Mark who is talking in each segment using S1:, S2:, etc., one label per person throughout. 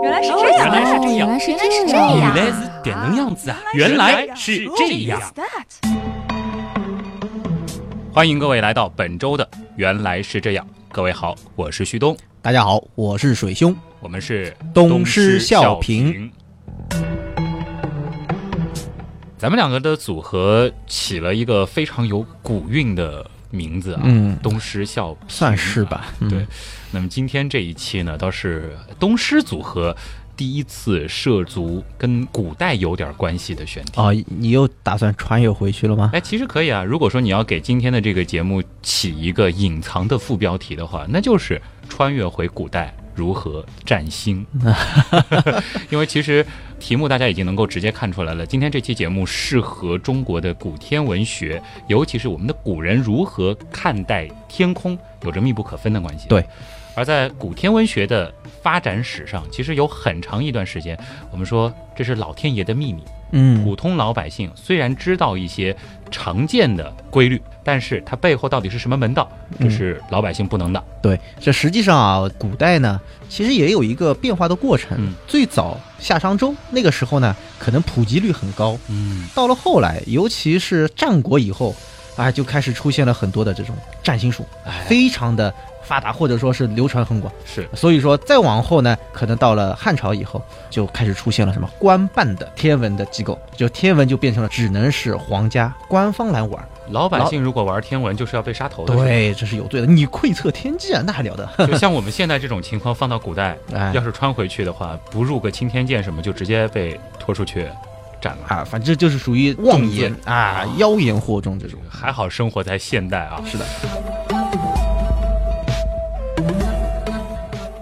S1: 哦来是这样，
S2: 原来是
S3: 哦原来是
S2: 这
S3: 这
S2: 样。
S3: 样
S1: 原来是这能样子啊，原来是这样。欢迎各位来到本周的《原来是这样》，各位好，我是旭东，
S4: 大家好，我是水兄。
S1: 我们是
S4: 东施
S1: 效
S4: 效颦。
S1: 咱们两个的组合起了一个非常有古韵的名字啊，
S4: 嗯，
S1: 东施效颦啊
S4: 算是。吧。嗯
S1: 对，那么今天这一期呢，倒是东施组合第一次涉足跟古代有点关系的选题。
S4: 哦，你又打算穿越回去了吗？
S1: 哎，其实可以啊。如果说你要给今天的这个节目起一个隐藏的副标题的话，那就是“穿越回古代如何占星”。因为其实题目大家已经能够直接看出来了，今天这期节目适合中国的古天文学，尤其是我们的古人如何看待天空，有着密不可分的关系。
S4: 对。
S1: 而在古天文学的发展史上，其实有很长一段时间，我们说这是老天爷的秘密，
S4: 嗯
S1: 普通老百姓虽然知道一些常见的规律，但是它背后到底是什么门道，这是老百姓不能的。
S4: 对，这实际上啊，古代呢，其实也有一个变化的过程。
S1: 嗯
S4: 最早夏商周那个时候呢，可能普及率很高。
S1: 嗯，
S4: 到了后来，尤其是战国以后，啊，就开始出现了很多的这种占星术，
S1: 哎，
S4: 非常的发达，或者说是流传很广。
S1: 是
S4: 所以说，再往后呢，可能到了汉朝以后，就开始出现了什么官办的天文的机构，就天文就变成了只能是皇家官方来玩。
S1: 老百姓如果玩天文，就是要被杀头的。
S4: 对，这是有罪的，你窥测天机啊，那还了得？
S1: 是吧，就像我们现在这种情况，放到古代，
S4: 哎
S1: 要是穿回去的话，不入个青天剑什么，就直接被拖出去斩了。
S4: 啊，反正就是属于妄言
S1: 重
S4: 啊，妖言惑众这种。
S1: 还好生活在现代啊，
S4: 是的，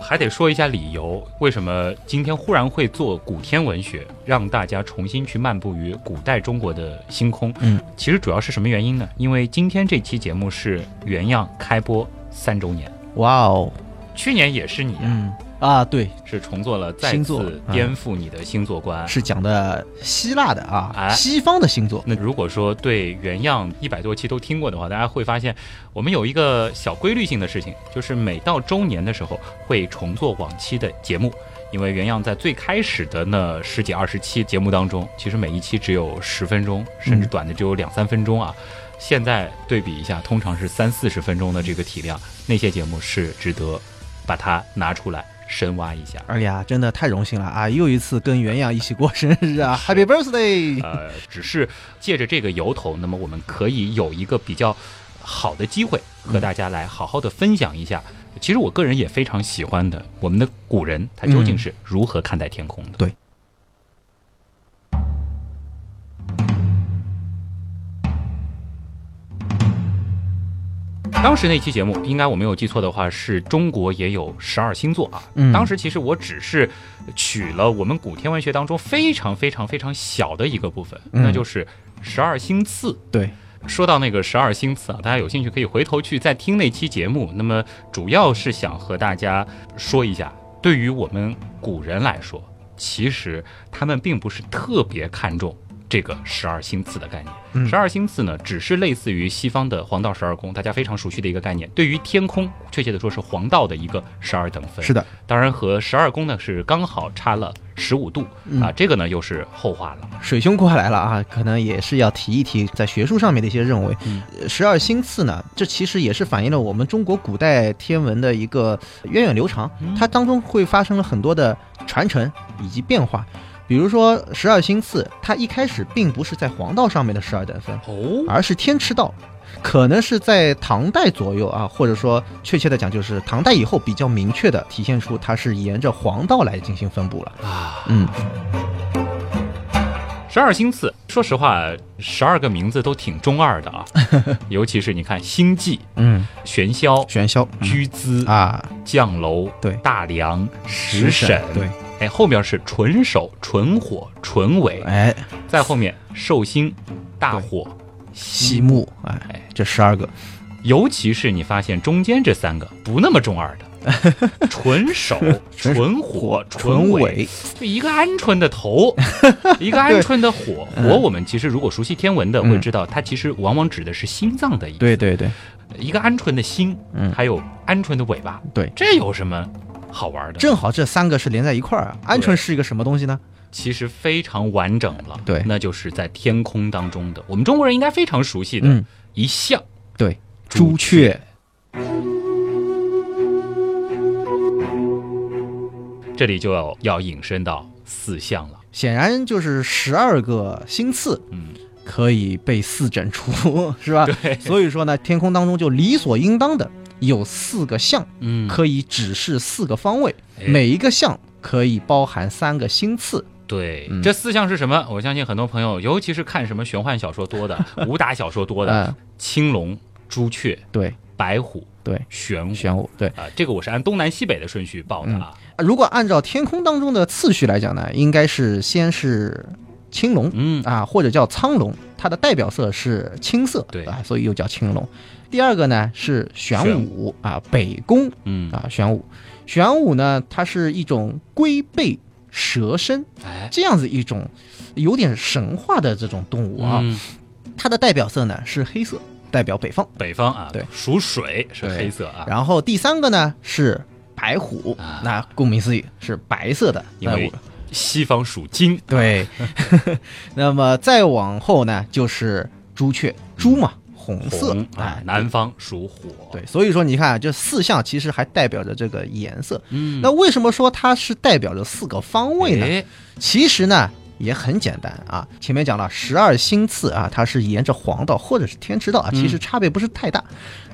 S1: 还得说一下理由，为什么今天忽然会做古天文学，让大家重新去漫步于古代中国的星空？
S4: 嗯，
S1: 其实主要是什么原因呢？因为今天这期节目是原样开播三周年，
S4: 哇哦，
S1: 去年也是你啊，
S4: 嗯啊，对，
S1: 是重做了再
S4: 星座嗯
S1: 次颠覆你的星座观。
S4: 是讲的希腊的
S1: 哎
S4: 啊，西方的星座。
S1: 那如果说对原样一百多期都听过的话，大家会发现我们有一个小规律性的事情，就是每到周年的时候会重做往期的节目。因为原样在最开始的那十几二十期节目当中，其实每一期只有十分钟，甚至短的只有两三分钟啊。现在对比一下，通常是三四十分钟的这个体量，那些节目是值得把它拿出来深挖一下。
S4: 哎呀，真的太荣幸了啊！又一次跟原样一起过生日啊，Happy Birthday！
S1: 呃，只是借着这个由头，那么我们可以有一个比较好的机会和大家来好好的分享一下。其实我个人也非常喜欢的，我们的古人他究竟是如何看待天空的？
S4: 对。
S1: 当时那期节目，应该我没有记错的话，是中国也有十二星座啊。
S4: 嗯
S1: 当时其实我只是取了我们古天文学当中非常非常非常小的一个部分，
S4: 嗯
S1: 那就是十二星次。
S4: 对，
S1: 说到那个十二星次啊，大家有兴趣可以回头去再听那期节目。那么主要是想和大家说一下，对于我们古人来说，其实他们并不是特别看重这个十二星次的概念。
S4: 嗯
S1: 十二星次呢，只是类似于西方的黄道十二宫，大家非常熟悉的一个概念。对于天空，确切的说是黄道的一个十二等分。
S4: 是的，
S1: 当然和十二宫呢是刚好差了十五度
S4: 嗯
S1: 啊，这个呢又是后话了。
S4: 水兄过来了啊，可能也是要提一提在学术上面的一些认为呃
S1: 嗯。
S4: 十二星次呢，这其实也是反映了我们中国古代天文的一个源远流长
S1: 嗯，
S4: 它当中会发生了很多的传承以及变化。比如说十二星次，它一开始并不是在黄道上面的十二等分，
S1: 哦，
S4: 而是天池道，可能是在唐代左右啊，或者说确切的讲，就是唐代以后比较明确的体现出它是沿着黄道来进行分布了。
S1: 啊，
S4: 嗯，
S1: 十二星次，说实话，十二个名字都挺中二的啊， 尤其是你看星际、
S4: 嗯，
S1: 玄霄、
S4: 玄霄、
S1: 居姿、
S4: 啊，
S1: 降楼、
S4: 对
S1: 大梁、石
S4: 神
S1: 沈，
S4: 对，
S1: 哎，后面是纯手、纯火、纯尾，
S4: 哎，
S1: 再后面寿星、大火、
S4: 西
S1: 西木。
S4: 木，哎，这十二个，
S1: 尤其是你发现中间这三个不那么中二的， 纯手、
S4: 纯
S1: 纯火、
S4: 纯
S1: 尾，
S4: 尾，
S1: 就一个鹌鹑的 头，一个鹌鹑的火。火，我们其实如果熟悉天文的
S4: 嗯
S1: 会知道，它其实往往指的是心脏的一
S4: 对对对，
S1: 一个鹌鹑的心
S4: 嗯，
S1: 还有鹌�鹑的尾巴。
S4: 对
S1: 这有什么好玩的，
S4: 正好这三个是连在一块儿啊。鹌鹑是一个什么东西呢？
S1: 其实非常完整了。
S4: 对
S1: 那就是在天空当中的，我们中国人应该非常熟悉的
S4: 嗯，
S1: 一项。
S4: 对，
S1: 朱
S4: 朱雀。
S1: 这里就要要引申到四象了。
S4: 显然就是十二个星次
S1: 嗯，
S4: 可以被四整除， 是吧？所以说呢，天空当中就理所应当的有四个象
S1: 嗯，
S4: 可以指示四个方位，
S1: 哎
S4: 每一个象可以包含三个星次。
S1: 对，
S4: 嗯
S1: 这四项是什么？我相信很多朋友，尤其是看什么玄幻小说多 的、武打小说多的，
S4: 嗯，
S1: 青龙、朱雀、
S4: 对
S1: 白虎、
S4: 对，
S1: 玄武
S4: 玄武对。
S1: 啊、这个我是按东南西北的顺序报的啊。
S4: 如果按照天空当中的次序来讲呢，应该是先是青龙，
S1: 嗯，
S4: 啊，或者叫苍龙，它的代表色是青色，
S1: 对
S4: 啊，所以又叫青龙。第二个呢是玄
S1: 玄
S4: 武啊，北宫
S1: 嗯，
S4: 啊，玄武，玄武呢，它是一种龟背蛇身
S1: 哎，
S4: 这样子一种有点神话的这种动物啊，
S1: 嗯
S4: 它的代表色呢是黑色，代表北方。
S1: 北方啊，
S4: 对
S1: 属水是
S4: 对
S1: 黑色啊，
S4: 然后第三个呢是白虎
S1: 啊，
S4: 那顾名思义是白色的，
S1: 因
S4: 那
S1: 为
S4: 我
S1: 西方属金，
S4: 对， 那么再往后呢，就是朱雀，朱嘛，红色
S1: 红啊
S4: 哎，
S1: 南方属火，
S4: 对，所以说你看啊，这四项其实还代表着这个颜色。
S1: 嗯，
S4: 那为什么说它是代表着四个方位呢？
S1: 哎
S4: 其实呢也很简单啊，前面讲了十二星次啊，它是沿着黄道或者是天池道啊，
S1: 嗯
S4: 其实差别不是太大。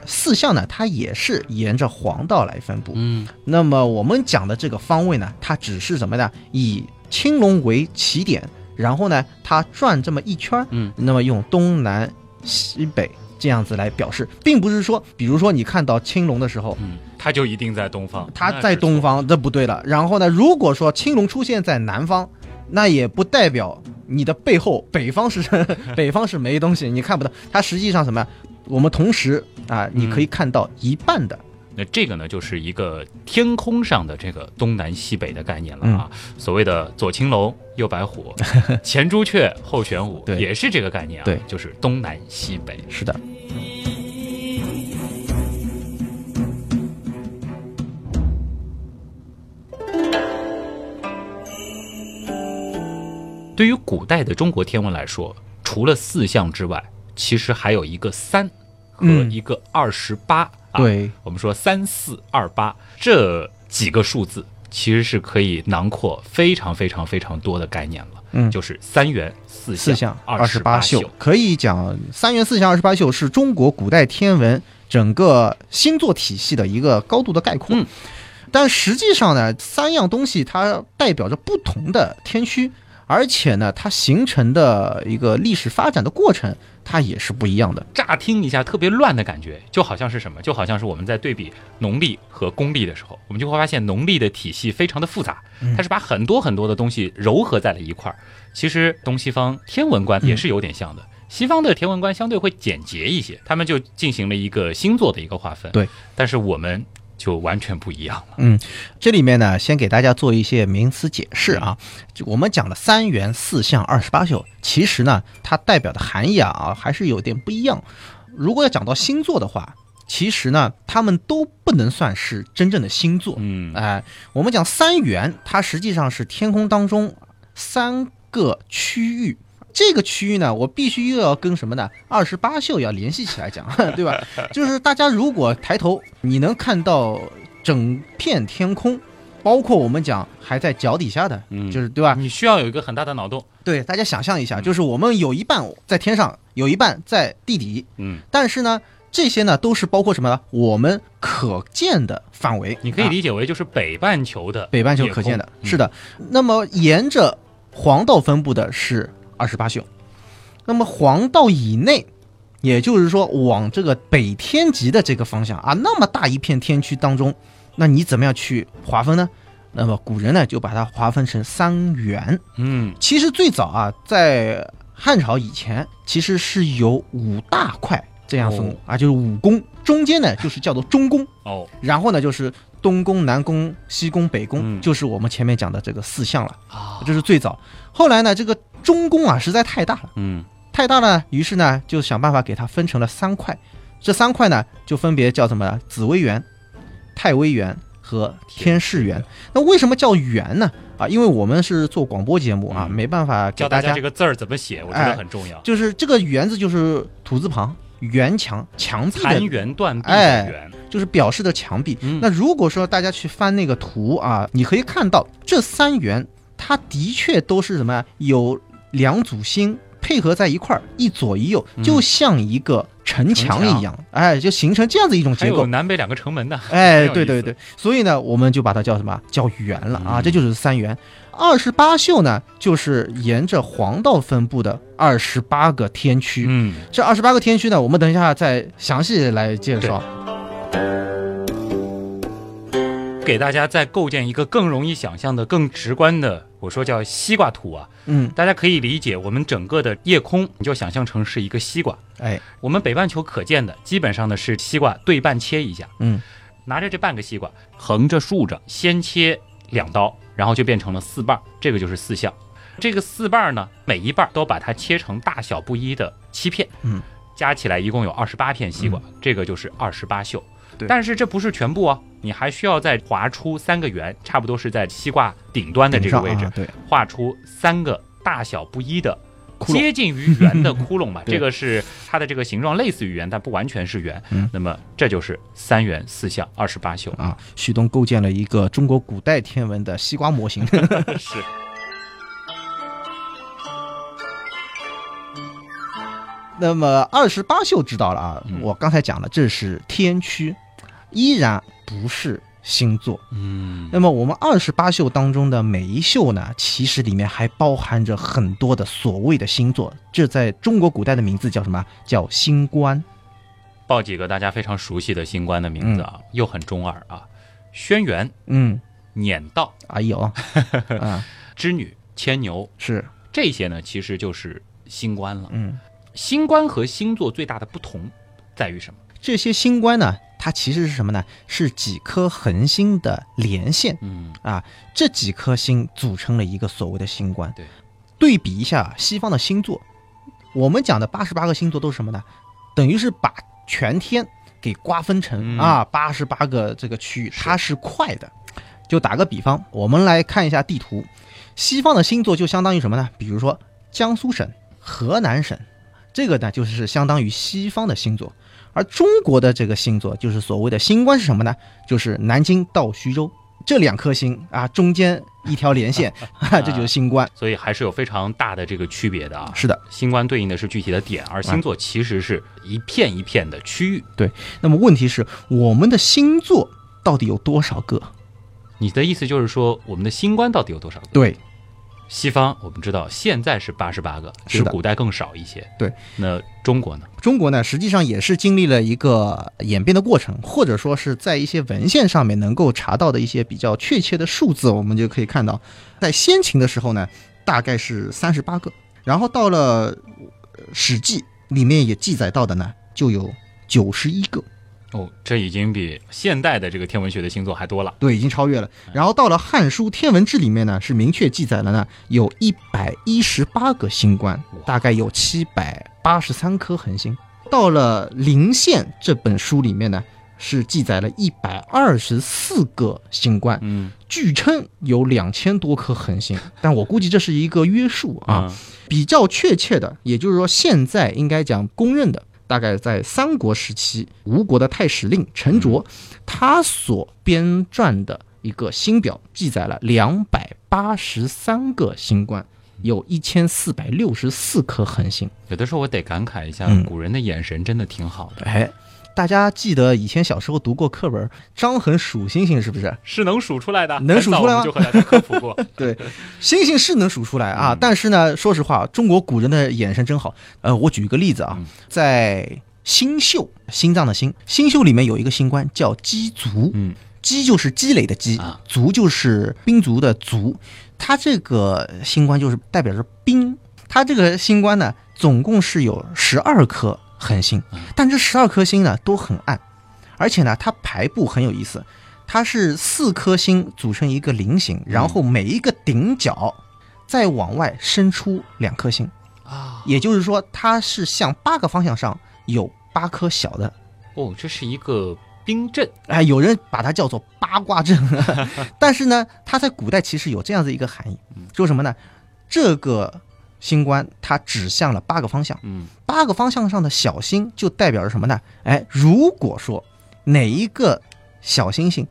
S4: 四象呢，它也是沿着黄道来分布。
S1: 嗯，
S4: 那么我们讲的这个方位呢，它只是什么呢？以青龙为起点，然后呢，它转这么一圈儿，
S1: 嗯，
S4: 那么用东南西北这样子来表示，并不是说，比如说你看到青龙的时候，
S1: 嗯，它就一定在东方，
S4: 它
S1: 那
S4: 在
S1: 是
S4: 东方，这不对了。然后呢，如果说青龙出现在南方，那也不代表你的背后北方是 北方是没东西，你看不到。它实际上什么呀？我们同时啊，
S1: 嗯
S4: 你可以看到一半的，
S1: 那这个呢，就是一个天空上的这个东南西北的概念了啊。
S4: 嗯
S1: 所谓的左青龙，右白 虎，前朱雀，后玄武，
S4: 对
S1: 也是这个概念啊。
S4: 对
S1: 就是东南西北。
S4: 是的，
S1: 对于古代的中国天文来说，除了四象之外，其实还有一个三和
S4: 嗯
S1: 一个二十八。啊，
S4: 对。
S1: 我们说三四二八这几个数字，其实是可以囊括非常非常非常多的概念了。
S4: 嗯
S1: 就是三元四
S4: 四
S1: 象
S4: 象
S1: 二
S4: 十
S1: 八
S4: 八宿，可以讲三元四象二十八宿是中国古代天文整个星座体系的一个高度的概括。
S1: 嗯
S4: 但实际上呢，三样东西它代表着不同的天区，而且呢，它形成的一个历史发展的过程，它也是不一样的。
S1: 乍听一下特别乱的感觉，就好像是什么？就好像是我们在对比农历和公历的时候，我们就会发现农历的体系非常的复杂，
S4: 嗯
S1: 它是把很多很多的东西糅合在了一块儿。其实东西方天文观也是有点像的。西方的天文观相对会简洁一些，他们就进行了一个星座的一个划分。
S4: 对，
S1: 但是我们就完全不一样 了。
S4: 嗯，这里面呢，先给大家做一些名词解释啊。就我们讲的三元四象二十八宿，其实呢，它代表的含义啊啊还是有点不一样。如果要讲到星座的话，其实呢，它们都不能算是真正的星座。
S1: 嗯，
S4: 哎、我们讲三元，它实际上是天空当中三个区域。这个区域呢，我必须又要跟什么呢？二十八宿要联系起来讲， 对吧？就是大家如果抬头，你能看到整片天空，包括我们讲还在脚底下的，
S1: 嗯
S4: 就是对吧？
S1: 你需要有一个很大的脑洞。
S4: 对，大家想象一下，
S1: 嗯
S4: 就是我们有一半在天上，有一半在地底，
S1: 嗯，
S4: 但是呢，这些呢都是包括什么呢？我们可见的范围，
S1: 你可以
S4: 啊
S1: 理解为就是北半球的
S4: 北半球
S1: 夜空
S4: 可见的，
S1: 嗯
S4: 是的。那么沿着黄道分布的是二十八宿，那么黄道以内，也就是说往这个北天极的这个方向啊，那么大一片天区当中，那你怎么样去划分呢？那么古人呢就把它划分成三元。
S1: 嗯
S4: 其实最早啊，在汉朝以前，其实是有五大块这样分工、
S1: 哦
S4: 啊，就是五宫，中间呢就是叫做中宫。
S1: 哦，
S4: 然后呢，就是东宫、南宫、西宫、北宫，
S1: 嗯
S4: 就是我们前面讲的这个四象了，
S1: 啊，
S4: 这是最早。后来呢，这个中宫啊实在太大了，
S1: 嗯
S4: 太大了，于是呢就想办法给它分成了三块，这三块呢就分别叫什么呢？紫微垣、太微垣和天士园。那为什么叫园呢？啊，因为我们是做广播节目啊，
S1: 嗯
S4: 没办法给
S1: 教大
S4: 家
S1: 家这个字儿怎么写，我觉得
S4: 哎
S1: 很重要。
S4: 就是这个园字就是土字旁，园墙墙壁的
S1: 残垣断壁
S4: 哎
S1: 的垣，
S4: 就是表示的墙壁。
S1: 嗯
S4: 那如果说大家去翻那个图啊，你可以看到这三元，它的确都是什么呀？有两组星配合在一块儿，一左一右，
S1: 嗯
S4: 就像一个城墙一样，哎，就形成这样子一种
S1: 还
S4: 结
S1: 有
S4: 构。
S1: 南北两个城门呢。很
S4: 哎，
S1: 有
S4: 对
S1: 意
S4: 对
S1: 思
S4: 对，所以呢，我们就把它叫什么？叫圆了啊，
S1: 嗯
S4: 这就是三元。二十八宿呢，就是沿着黄道分布的二十八个天区。
S1: 嗯，
S4: 这二十八个天区呢，我们等一下再详细来介
S1: 对
S4: 绍。
S1: 给大家再构建一个更容易想象的、更直观的，我说叫西瓜图啊，
S4: 嗯，
S1: 大家可以理解我们整个的夜空，你就想象成是一个西瓜。
S4: 哎，
S1: 我们北半球可见的基本上呢是西瓜对半切一下，
S4: 嗯，
S1: 拿着这半个西瓜横着竖着，先切两刀，然后就变成了四瓣儿，这个就是四象。这个四瓣儿呢，每一瓣儿都把它切成大小不一的七片，
S4: 嗯，
S1: 加起来一共有二十八片西瓜，这个就是二十八宿。
S4: 对
S1: 但是这不是全部哦，你还需要再划出三个圆，差不多是在西瓜顶端的这
S4: 顶
S1: 个
S4: 上
S1: 位置
S4: 啊，，对，
S1: 画出三个大小不一的
S4: 窟窿
S1: 接近于圆的窟窿吧。
S4: 对
S1: 这个是它的这个形状类似于圆，但不完全是圆。
S4: 嗯
S1: 那么这就是三元四象二十八宿。
S4: 啊，旭东构建了一个中国古代天文的西瓜模型。
S1: 是。
S4: 那么二十八宿知道了啊，
S1: 嗯
S4: 我刚才讲了，这是天区，依然不是星座。
S1: 嗯
S4: 那么我们二十八宿当中的每一宿呢，其实里面还包含着很多的所谓的星座，这在中国古代的名字叫什么？叫星官。
S1: 报几个大家非常熟悉的星官的名字啊，又很中二啊，轩辕、
S4: 嗯，
S1: 辇道、
S4: 哎呦，啊，
S1: 织女、牵牛，
S4: 是，
S1: 这些呢其实就是星官了。
S4: 嗯，
S1: 星官和星座最大的不同在于什么？
S4: 这些星官呢，它其实是什么呢？是几颗恒星的连线。
S1: 嗯，
S4: 啊，这几颗星组成了一个所谓的星官。
S1: 对，
S4: 对比一下西方的星座，我们讲的八十八个星座都是什么呢？等于是把全天给瓜分成、
S1: 嗯
S4: 啊八十八个这个区域，
S1: 是
S4: 它是快的。就打个比方，我们来看一下地图，西方的星座就相当于什么呢？比如说江苏省、河南省，这个呢就是相当于西方的星座。而中国的这个星座，就是所谓的星官是什么呢？就是南京到徐州这两颗星啊，中间一条连线， 啊、这就是星官。
S1: 所以还是有非常大的这个区别的啊。
S4: 是的，
S1: 星官对应的是具体的点，而星座其实是一片一片的区域。
S4: 那么问题是，我们的星座到底有多少个？
S1: 你的意思就是说，我们的星官到底有多少个？
S4: 对，
S1: 西方我们知道现在是八十八个，其
S4: 是
S1: 实
S4: 的
S1: 古代更少一些。
S4: 对，
S1: 那中国呢？
S4: 中国呢，实际上也是经历了一个演变的过程，或者说是在一些文献上面能够查到的一些比较确切的数字，我们就可以看到，在先秦的时候呢，大概是三十八个，然后到了呃《史记》里面也记载到的呢，就有九十一个，
S1: 哦，这已经比现代的这个天文学的星座还多了。
S4: 对，已经超越了。
S1: 哎
S4: 然后到了《汉书·天文志》里面呢，是明确记载了呢，有一百一十八个星官
S1: 哇，
S4: 大概有七百八十三颗恒星。到了《临县》这本书里面呢，是记载了一百二十四个星官，
S1: 嗯
S4: 据称有两千多颗恒星，但我估计这是一个约束啊。，比较确切的，也就是说现在应该讲公认的，大概在三国时期，吴国的太史令陈卓，他所编撰的一个星表记载了两百八十三个星官，有一千四百六十四颗恒星。
S1: 有的时候我得感慨一下，
S4: 嗯
S1: 古人的眼神真的挺好的，
S4: 哎，大家记得以前小时候读过课文《张衡数星星》是不是？
S1: 是能数出来的，
S4: 能数出来
S1: 很早
S4: 吗
S1: 我们就和大家科普过。
S4: 对，星星是能数出来啊，
S1: 嗯
S4: 但是呢，说实话，中国古人的眼神真好。呃，我举一个例子啊
S1: 嗯，
S4: 在星宿，心脏的星，星宿里面有一个星官叫鸡足，
S1: 嗯，
S4: 鸡就是积累的积
S1: 啊，
S4: 足就是兵卒的卒，它这个星官就是代表着兵，它这个星官呢，总共是有十二颗恒星，
S1: 嗯
S4: 但这十二颗星呢都很暗，而且呢，它排布很有意思，它是四颗星组成一个菱形，然后每一个顶角再往外伸出两颗星，
S1: 啊，
S4: 也就是说，它是向八个方向上有八颗小的，
S1: 哦，这是一个兵阵，
S4: 哎，有人把它叫做八卦阵， 但是呢，它在古代其实有这样子一个含义，说什么呢？这个星官它指向了八个方向，
S1: 嗯
S4: 八个方向上的小星就代表着什么呢？哎，如果说哪一个小星星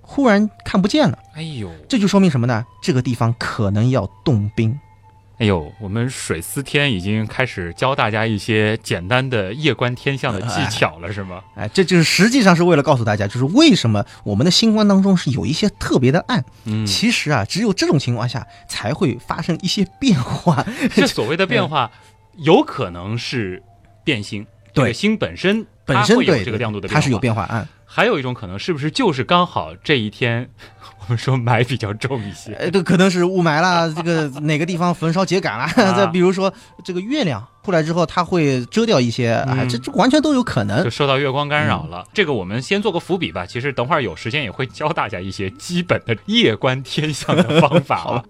S4: 忽然看不见了，
S1: 哎呦，
S4: 这就说明什么呢？这个地方可能要动兵。
S1: 哎呦，我们水司天已经开始教大家一些简单的夜观天象的技巧了，是吗？
S4: 哎，这就是实际上是为了告诉大家，就是为什么我们的星官当中是有一些特别的暗。
S1: 嗯，
S4: 其实啊，只有这种情况下才会发生一些变化。
S1: 这所
S4: 嗯
S1: 谓的变化，有可能是变星，这个
S4: 对
S1: 星本身
S4: 本身
S1: 它会有
S4: 对
S1: 这个亮度的变化，
S4: 它是有变化暗。
S1: 还有一种可能，是不是就是刚好这一天，我们说霾比较重一些？
S4: 呃，这可能是雾霾啦，这个哪个地方焚烧秸秆啦，
S1: 啊
S4: 再比如说这个月亮出来之后，它会遮掉一些，哎，
S1: 嗯
S4: 这这完全都有可能
S1: 就。受到月光干扰了。这个我们先做个伏笔吧。其实等会儿有时间也会教大家一些基本的夜观天象的方法
S4: 好
S1: 啊。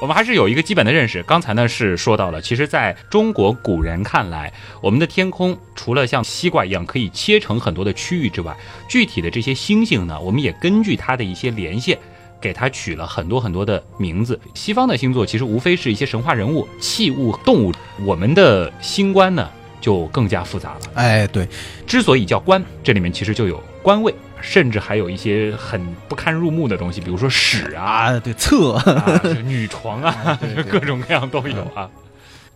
S1: 我们还是有一个基本的认识。刚才呢是说到了，其实在中国古人看来，我们的天空除了像西瓜一样可以切成很多的区域之外，具体的这些星星呢，我们也根据它的一些连线，给它取了很多很多的名字。西方的星座其实无非是一些神话人物、器物、动物，我们的星官呢就更加复杂了。
S4: 哎，对，
S1: 之所以叫官，这里面其实就有官位，甚至还有一些很不堪入目的东西，比如说屎 啊、
S4: 啊，对，测。
S1: 啊就女床啊，
S4: 对对
S1: 各种各样都有啊。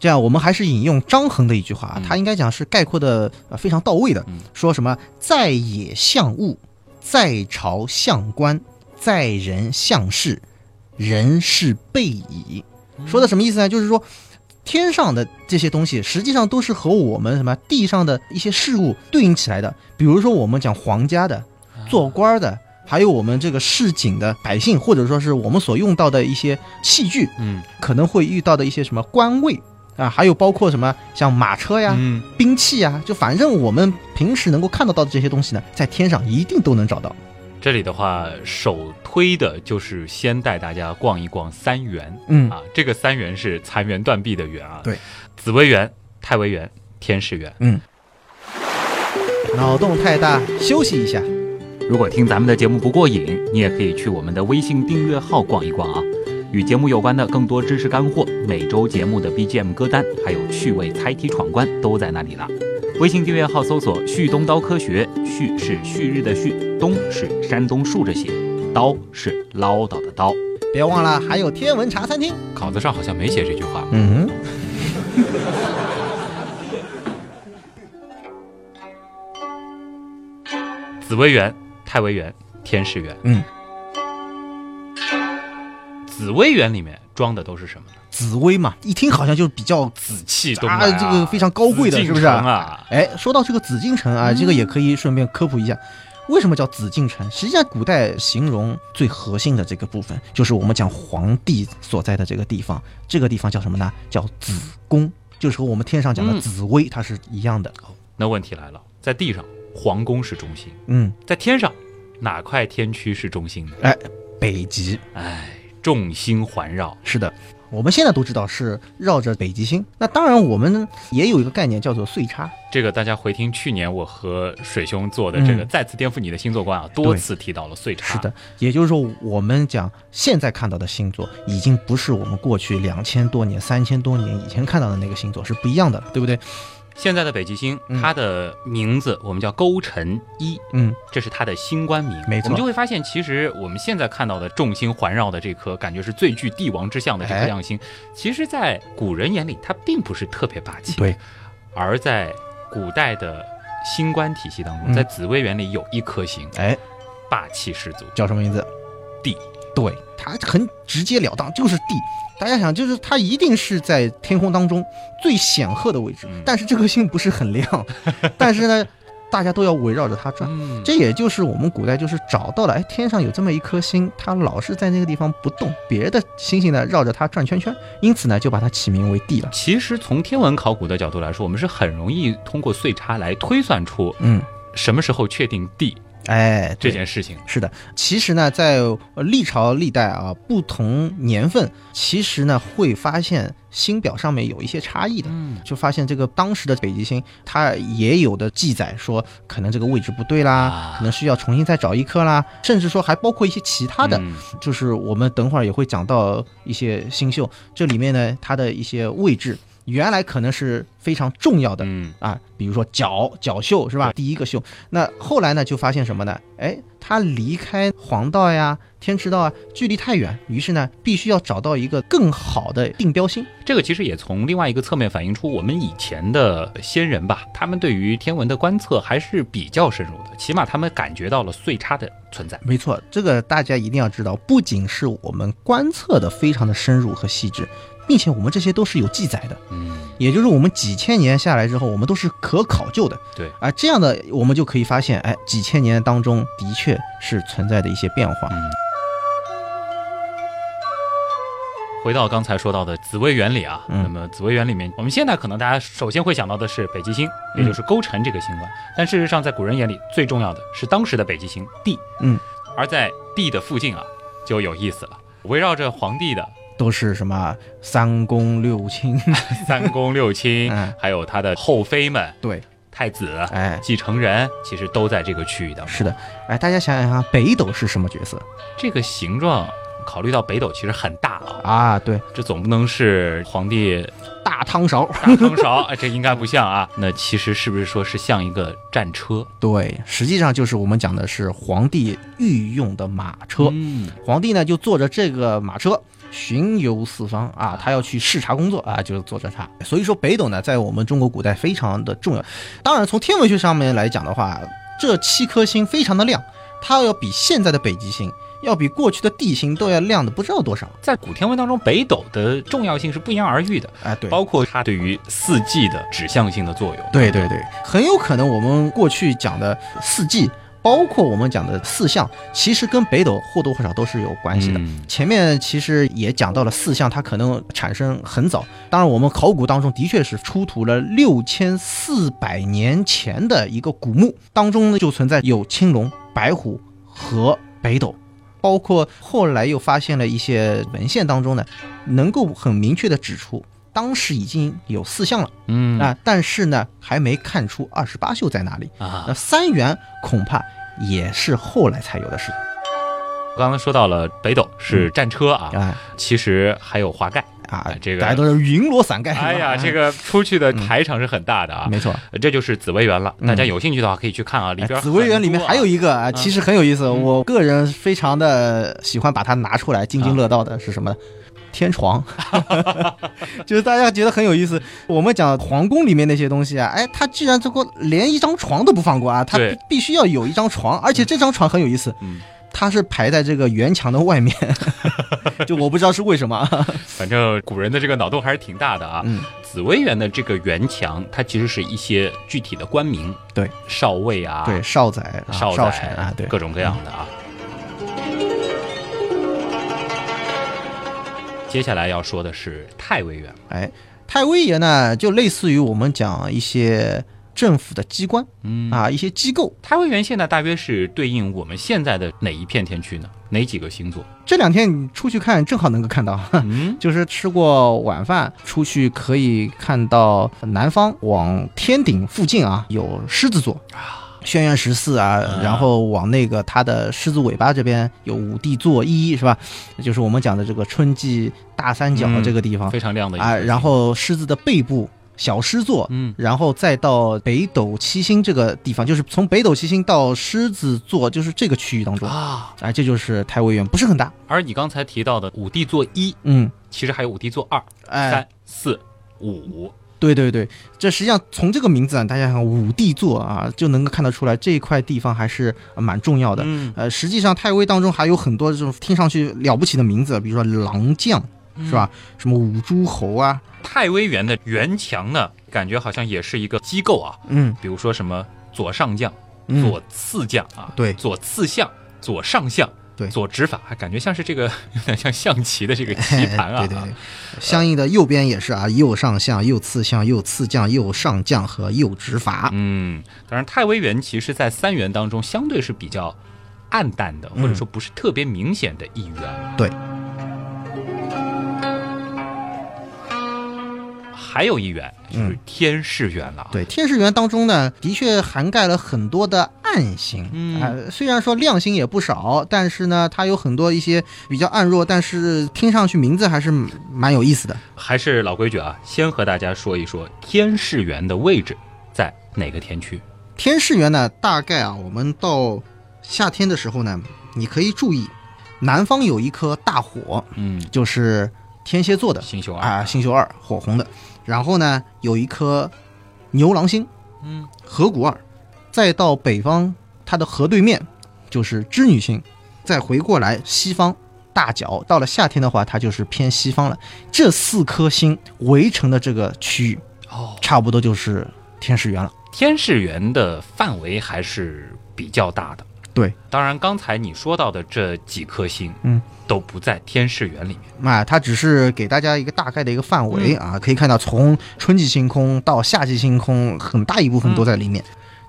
S4: 这样，我们还是引用张衡的一句话啊
S1: 嗯，
S4: 他应该讲是概括的呃非常到位的
S1: 嗯，
S4: 说什么“在野象物，在朝象官，在人象事，人是备矣”。嗯说的什么意思呢？就是说，天上的这些东西实际上都是和我们什么地上的一些事物对应起来的。比如说，我们讲皇家的、
S1: 啊
S4: 做官的，还有我们这个市井的百姓，或者说是我们所用到的一些器具，
S1: 嗯
S4: 可能会遇到的一些什么官位啊，还有包括什么像马车呀、
S1: 嗯，
S4: 兵器呀，就反正我们平时能够看得到的这些东西呢，在天上一定都能找到。
S1: 这里的话，首推的就是先带大家逛一逛三元。
S4: 嗯
S1: 啊，这个三元是残垣断壁的垣啊，
S4: 对，
S1: 紫薇园、太微园、天士园。
S4: 嗯，脑洞太大，休息一下。
S1: 如果听咱们的节目不过瘾，你也可以去我们的微信订阅号逛一逛啊。与节目有关的更多知识干货，每周节目的 BGM 歌单，还有趣味猜题闯关都在那里了。微信订阅号搜索“旭东刀科学”，旭是旭日的旭，东是山东竖着写，刀是唠叨的刀。
S4: 别忘了还有天文茶餐厅。
S1: 稿子上好像没写这句话。
S4: 嗯，
S1: 紫薇园、太微园、天士园。
S4: 嗯，
S1: 紫薇园里面装的都是什么呢？
S4: 紫薇嘛，一听好像就是比较
S1: 紫气东
S4: 啊
S1: 来啊，
S4: 这个非常高贵
S1: 紫
S4: 的
S1: 禁
S4: 是不是啊
S1: 城啊？
S4: 哎，说到这个紫禁城啊，这个也可以顺便科普一下，为什么叫紫禁城？实际上，古代形容最核心的这个部分，就是我们讲皇帝所在的这个地方，这个地方叫什么呢？叫紫宫，就是和我们天上讲的
S1: 嗯
S4: 紫薇、它是一样的。
S1: 那问题来了，在地上皇宫是中心，
S4: 嗯，
S1: 在天上哪块天区是中心呢？
S4: 哎，北极
S1: 哎，众星环绕。
S4: 是的。我们现在都知道是绕着北极星，那当然我们也有一个概念叫做岁差，
S1: 这个大家回听去年我和水兄做的这个
S4: 嗯
S1: 再次颠覆你的星座观啊，多次提到了岁差。
S4: 是，的，也就是说，我们讲现在看到的星座，已经不是我们过去两千多年、三千多年以前看到的那个星座是不一样的了，对不对？
S1: 现在的北极星，
S4: 嗯
S1: 它的名字我们叫勾陈一，
S4: 嗯，
S1: 这是它的星官名。
S4: 没错
S1: 我们就会发现，其实我们现在看到的众星环绕的这颗感觉是最具帝王之相的这颗
S4: 哎
S1: 亮星，其实，在古人眼里，它并不是特别霸气。
S4: 对，
S1: 而在古代的星官体系当中，
S4: 嗯
S1: 在紫微园里有一颗星
S4: 哎，
S1: 霸气十足，
S4: 叫什么名字？
S1: 地。
S4: 对，它很直截了当，就是地。大家想，就是它一定是在天空当中最显赫的位置，
S1: 嗯
S4: 但是这颗星不是很 亮，但是呢，大家都要围绕着它转。
S1: 嗯，
S4: 这也就是我们古代就是找到了，哎，天上有这么一颗星，它老是在那个地方不动，别的星星呢绕着它转圈圈，因此呢就把它起名为地了。
S1: 其实从天文考古的角度来说，我们是很容易通过岁差来推算出
S4: 嗯，
S1: 什么时候确定地
S4: 哎，
S1: 这
S4: 对
S1: 件事情。
S4: 是的，其实呢，在呃历朝历代啊，不同年份，其实呢会发现星表上面有一些差异的。
S1: 嗯，
S4: 就发现这个当时的北极星，它也有的记载说，可能这个位置不对啦，
S1: 啊
S4: 可能需要重新再找一颗啦，甚至说还包括一些其他的，
S1: 嗯
S4: 就是我们等会儿也会讲到一些星宿，这里面呢它的一些位置，原来可能是非常重要的，
S1: 嗯
S4: 啊，比如说角角宿是吧？第一个宿，那后来呢就发现什么呢？哎，它离开黄道呀、天池道啊，距离太远，于是呢必须要找到一个更好的定标星。
S1: 这个其实也从另外一个侧面反映出我们以前的先人吧，他们对于天文的观测还是比较深入的，起码他们感觉到了岁差的存在。
S4: 没错，这个大家一定要知道，不仅是我们观测的非常的深入和细致，并且我们这些都是有记载的，
S1: 嗯，
S4: 也就是我们几千年下来之后，我们都是可考究的。
S1: 对
S4: 啊，这样的我们就可以发现，哎，几千年当中的确是存在的一些变化。
S1: 回到刚才说到的紫微原理啊，
S4: 嗯
S1: 那么紫微原理里面，我们现在可能大家首先会想到的是北极星，
S4: 嗯
S1: 也就是勾陈这个星官，但事实上在古人眼里最重要的是当时的北极星地，
S4: 嗯，
S1: 而在地的附近啊就有意思了，围绕着皇帝的
S4: 都是什么三宫六卿，
S1: 三宫六卿，
S4: 嗯，
S1: 还有他的后妃们、
S4: 对，
S1: 太子、
S4: 哎，
S1: 继承人，其实都在这个区域当中。
S4: 是的，哎，大家想想啊，北斗是什么角色
S1: 这个形状，考虑到北斗其实很大啊，
S4: 啊？对，
S1: 这总不能是皇帝
S4: 大汤勺，
S1: 大汤 勺，哎这应该不像啊。那其实是不是说是像一个战车
S4: 对，实际上就是我们讲的是皇帝御用的马车。
S1: 嗯，
S4: 皇帝呢就坐着这个马车巡游四方啊，他要去视察工作啊，就是坐着它。所以说北斗呢，在我们中国古代非常的重要。当然，从天文学上面来讲的话，这七颗星非常的亮，它要比现在的北极星，要比过去的地星都要亮的不知道多少。
S1: 在古天文当中，北斗的重要性是不言而喻的，
S4: 哎，对，
S1: 包括它对于四季的指向性的作用。
S4: 对对对，很有可能我们过去讲的四季，包括我们讲的四象，其实跟北斗或多或少都是有关系的。
S1: 嗯
S4: 前面其实也讲到了四象，它可能产生很早。当然，我们考古当中的确是出土了六千四百年前的一个古墓，当中呢就存在有青龙、白虎和北斗，包括后来又发现了一些文献当中呢，能够很明确的指出，当时已经有四象了。
S1: 嗯
S4: 啊，但是呢，还没看出二十八宿在哪里。
S1: 啊
S4: 那，三元恐怕也是后来才有的事
S1: 刚刚说到了北斗是战车啊，
S4: 啊
S1: 其实还有华盖。
S4: 啊！
S1: 哎这个
S4: 大家都是云罗伞盖。
S1: 哎呀，
S4: 是吧嗯
S1: 这个出去的排场是很大的啊，
S4: 没错。
S1: 这就是紫薇园了。
S4: 嗯
S1: 大家有兴趣的话可以去看啊，嗯里边
S4: 哎紫薇园里面还有
S1: 一
S4: 一个啊，其实很有意思，我个人非常的喜欢把它拿出来津
S1: 啊
S4: 津乐道的是什么呢？天床， 就是大家觉得很有意思。我们讲皇宫里面那些东西啊，哎，它居然这个连一张床都不放过啊，它
S1: 对
S4: 必须要有一张床，而且这张床很有意思，
S1: 嗯，
S4: 它是排在这个圆墙的外面， 就我不知道是为什么啊。
S1: 反正古人的这个脑洞还是挺大的啊。
S4: 嗯，
S1: 紫薇园的这个园墙，它其实是一些具体的官名，
S4: 对，
S1: 少尉啊，
S4: 对，少宰、啊
S1: 少
S4: 少
S1: 宰
S4: 臣啊，对，
S1: 各种各样的啊。接下来要说的是太尉园，
S4: 哎，太尉爷呢，就类似于我们讲一些政府的机关
S1: 嗯
S4: 啊，一些机构。
S1: 太尉园现在大约是对应我们现在的哪一片天区呢？哪几个星座？
S4: 这两天你出去看，正好能够看到，
S1: 嗯，
S4: 就是吃过晚饭出去可以看到南方往天顶附近啊有狮子座啊，轩辕十四啊，
S1: 嗯
S4: 然后往那个它的狮子尾巴这边有五帝座一是吧？就是我们讲的这个春季大三角
S1: 嗯
S4: 这个地方、
S1: 非常亮的一
S4: 啊，
S1: 颗
S4: 然后狮子的背部小狮座。
S1: 嗯
S4: 然后再到北斗七星这个地方，就是从北斗七星到狮子座，就是这个区域当中，
S1: 啊，
S4: 哎，这就是太微垣，不是很大，
S1: 而你刚才提到的五帝座一，
S4: 嗯，
S1: 其实还有五帝座二、
S4: 哎，
S1: 三、四、五，
S4: 对对对，这实际上从这个名字啊，大家看五帝座啊，就能够看得出来这一块地方还是呃蛮重要的。
S1: 嗯
S4: 呃，实际上太微当中还有很多这种听上去了不起的名字，比如说狼将是吧？什么五诸侯啊，
S1: 嗯太微垣的垣墙呢，感觉好像也是一个机构啊，
S4: 嗯，
S1: 比如说什么左上将、
S4: 嗯
S1: 左次将啊，
S4: 对
S1: 左次相、左上相，
S4: 对
S1: 左指法，还感觉像是这个 有点像象棋的这个 棋盘啊。
S4: 哎对对对，相应的右边也是啊，右上象、右次象、右次将、右上将和右指法。
S1: 嗯，当然，太微垣其实在三元当中相对是比较暗淡的，或者说不是特别明显的一元。
S4: 对，
S1: 还有一元就是天士元了啊。
S4: 对，天士元当中呢，的确涵盖了很多的暗星，
S1: 嗯
S4: 呃虽然说亮星也不少，但是呢，它有很多一些比较暗弱，但是听上去名字还是蛮蛮有意思的。
S1: 还是老规矩啊，先和大家说一说天士元的位置在哪个天区。
S4: 天士园呢，大概啊，我们到夏天的时候呢，你可以注意，南方有一颗大火，
S1: 嗯，
S4: 就是天蝎座的
S1: 星宿二，
S4: 啊，星宿二火红的。然后呢，有一颗牛郎星，
S1: 嗯，
S4: 河谷二。再到北方，它的河对面就是织女星。再回过来西方大角，到了夏天的话，它就是偏西方了。这四颗星围成的这个区域，
S1: 哦，
S4: 差不多就是天使园了。
S1: 天士元的范围还是比较大的。
S4: 对，
S1: 当然刚才你说到的这几颗星，
S4: 嗯，
S1: 都不在天士元里面。
S4: 啊，它只是给大家一个大概的一个范围啊，可以看到从春季星空到夏季星空，很大一部分都在里面。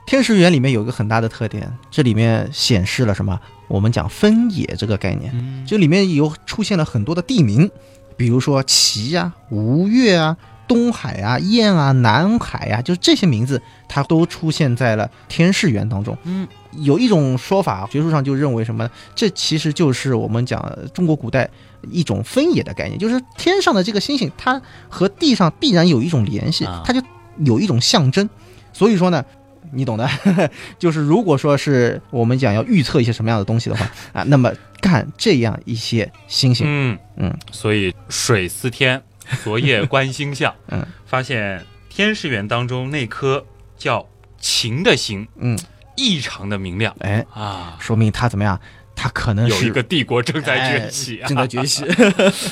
S4: 天使园里面有一个很大的特点，这里面显示了什么？我们讲分野这个概念，
S1: 嗯，
S4: 这里面有出现了很多的地名，比如说齐呀、吴越啊、东海啊、燕啊、南海啊，就这些名字，它都出现在了天士园当中。
S1: 嗯，
S4: 有一种说法，学术上就认为什么呢？这其实就是我们讲呃中国古代一种分野的概念，就是天上的这个星星，它和地上必然有一种联系
S1: 啊，
S4: 它就有一种象征。所以说呢。你懂的， 就是如果说是我们讲要预测一些什么样的东西的话啊，那么看这样一些星星，
S1: 嗯
S4: 嗯，
S1: 所以水似 天，昨夜观星象，
S4: 嗯，
S1: 发现天士元当中那颗叫晴的星
S4: 嗯，
S1: 异常的明亮
S4: 哎，
S1: 啊，
S4: 说明它怎么样？它可能
S1: 有
S4: 是
S1: 一个帝国正在
S4: 哎
S1: 崛起啊，
S4: 正在崛 起。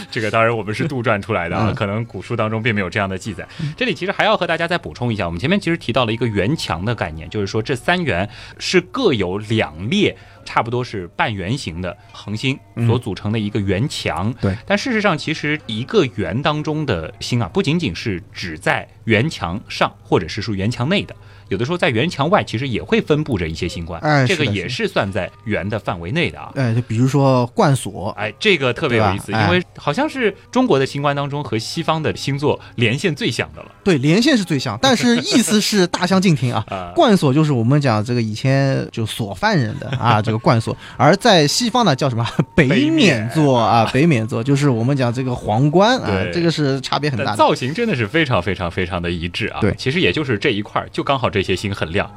S1: 这个当然我们是杜撰出来的啊，
S4: 嗯
S1: 可能古书当中并没有这样的记载。这里其实还要和大家再补充一下，我们前面其实提到了一个圆墙的概念，就是说这三圆是各有两列，差不多是半圆形的恒星
S4: 嗯
S1: 所组成的一个圆墙。
S4: 对，
S1: 但事实上其实一个圆当中的星啊，不仅仅是只在圆墙上或者是说圆墙内的。有的时候在圆墙外，其实也会分布着一些星冠，
S4: 哎
S1: 这个
S4: 是的
S1: 也是算在圆的范围内的啊。
S4: 哎，就比如说冠锁，
S1: 哎，这个特别有意思，
S4: 对吧
S1: 因
S4: 哎
S1: 为好像是中国的星官当中和西方的星座连线最响 的了。
S4: 对，连线是最像，但是意思是大相径庭啊
S1: 啊。
S4: 冠锁就是我们讲这个以前就锁犯人的 啊，这个冠锁，而在西方呢叫什么
S1: 北
S4: 北
S1: 冕
S4: 冕座啊，北冕座就是我们讲这个皇冠啊
S1: 对，
S4: 这个是差别很大
S1: 但
S4: 的。
S1: 造型真的是非常非常非常的一致啊！
S4: 对
S1: 其实也就是这一块儿，就刚好这些星很亮。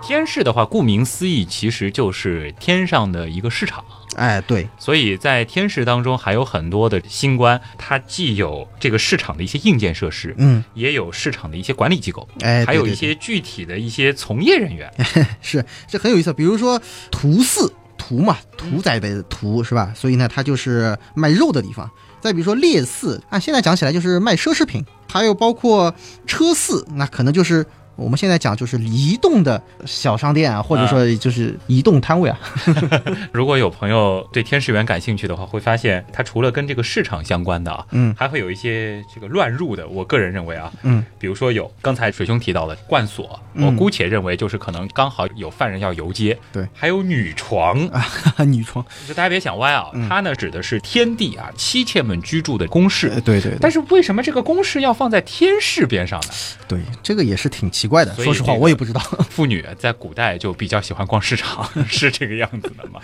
S1: 天市的话，顾名思义，其实就是天上的一个市场，
S4: 哎，对，
S1: 所以在天市当中还有很多的星官，它既有这个市场的一些硬件设施，
S4: 嗯，
S1: 也有市场的一些管理机构，
S4: 哎，
S1: 还
S4: 对
S1: 有
S4: 对
S1: 一
S4: 对
S1: 些具体的一些从业人员。
S4: 是，这很有意思。比如说屠肆，屠嘛，屠宰的屠是吧？所以呢，它就是卖肉的地方。再比如说猎肆，按现在讲起来就是卖奢侈品，还有包括车肆，那可能就是。我们现在讲就是移动的小商店啊，或者说就是移动摊位啊，
S1: 如果有朋友对天使园感兴趣的话，会发现它除了跟这个市场相关的啊，
S4: 嗯
S1: 还会有一些这个乱入的。我个人认为啊，
S4: 嗯，
S1: 比如说有刚才水兄提到的冠锁，
S4: 嗯
S1: 我姑且认为就是可能刚好有犯人要游街。
S4: 对，
S1: 还有女床，
S4: 女床，
S1: 就大家别想歪啊，
S4: 嗯
S1: 它呢指的是天帝啊妻妾们居住的宫室。
S4: 呃对对
S1: 但是为什么这个宫室要放在天室边上呢？
S4: 对，这个也是挺奇怪的。
S1: 所以
S4: 说实话，
S1: 这个
S4: 我也不知道。
S1: 妇女在古代就比较喜欢逛市场，是这个样子的吗？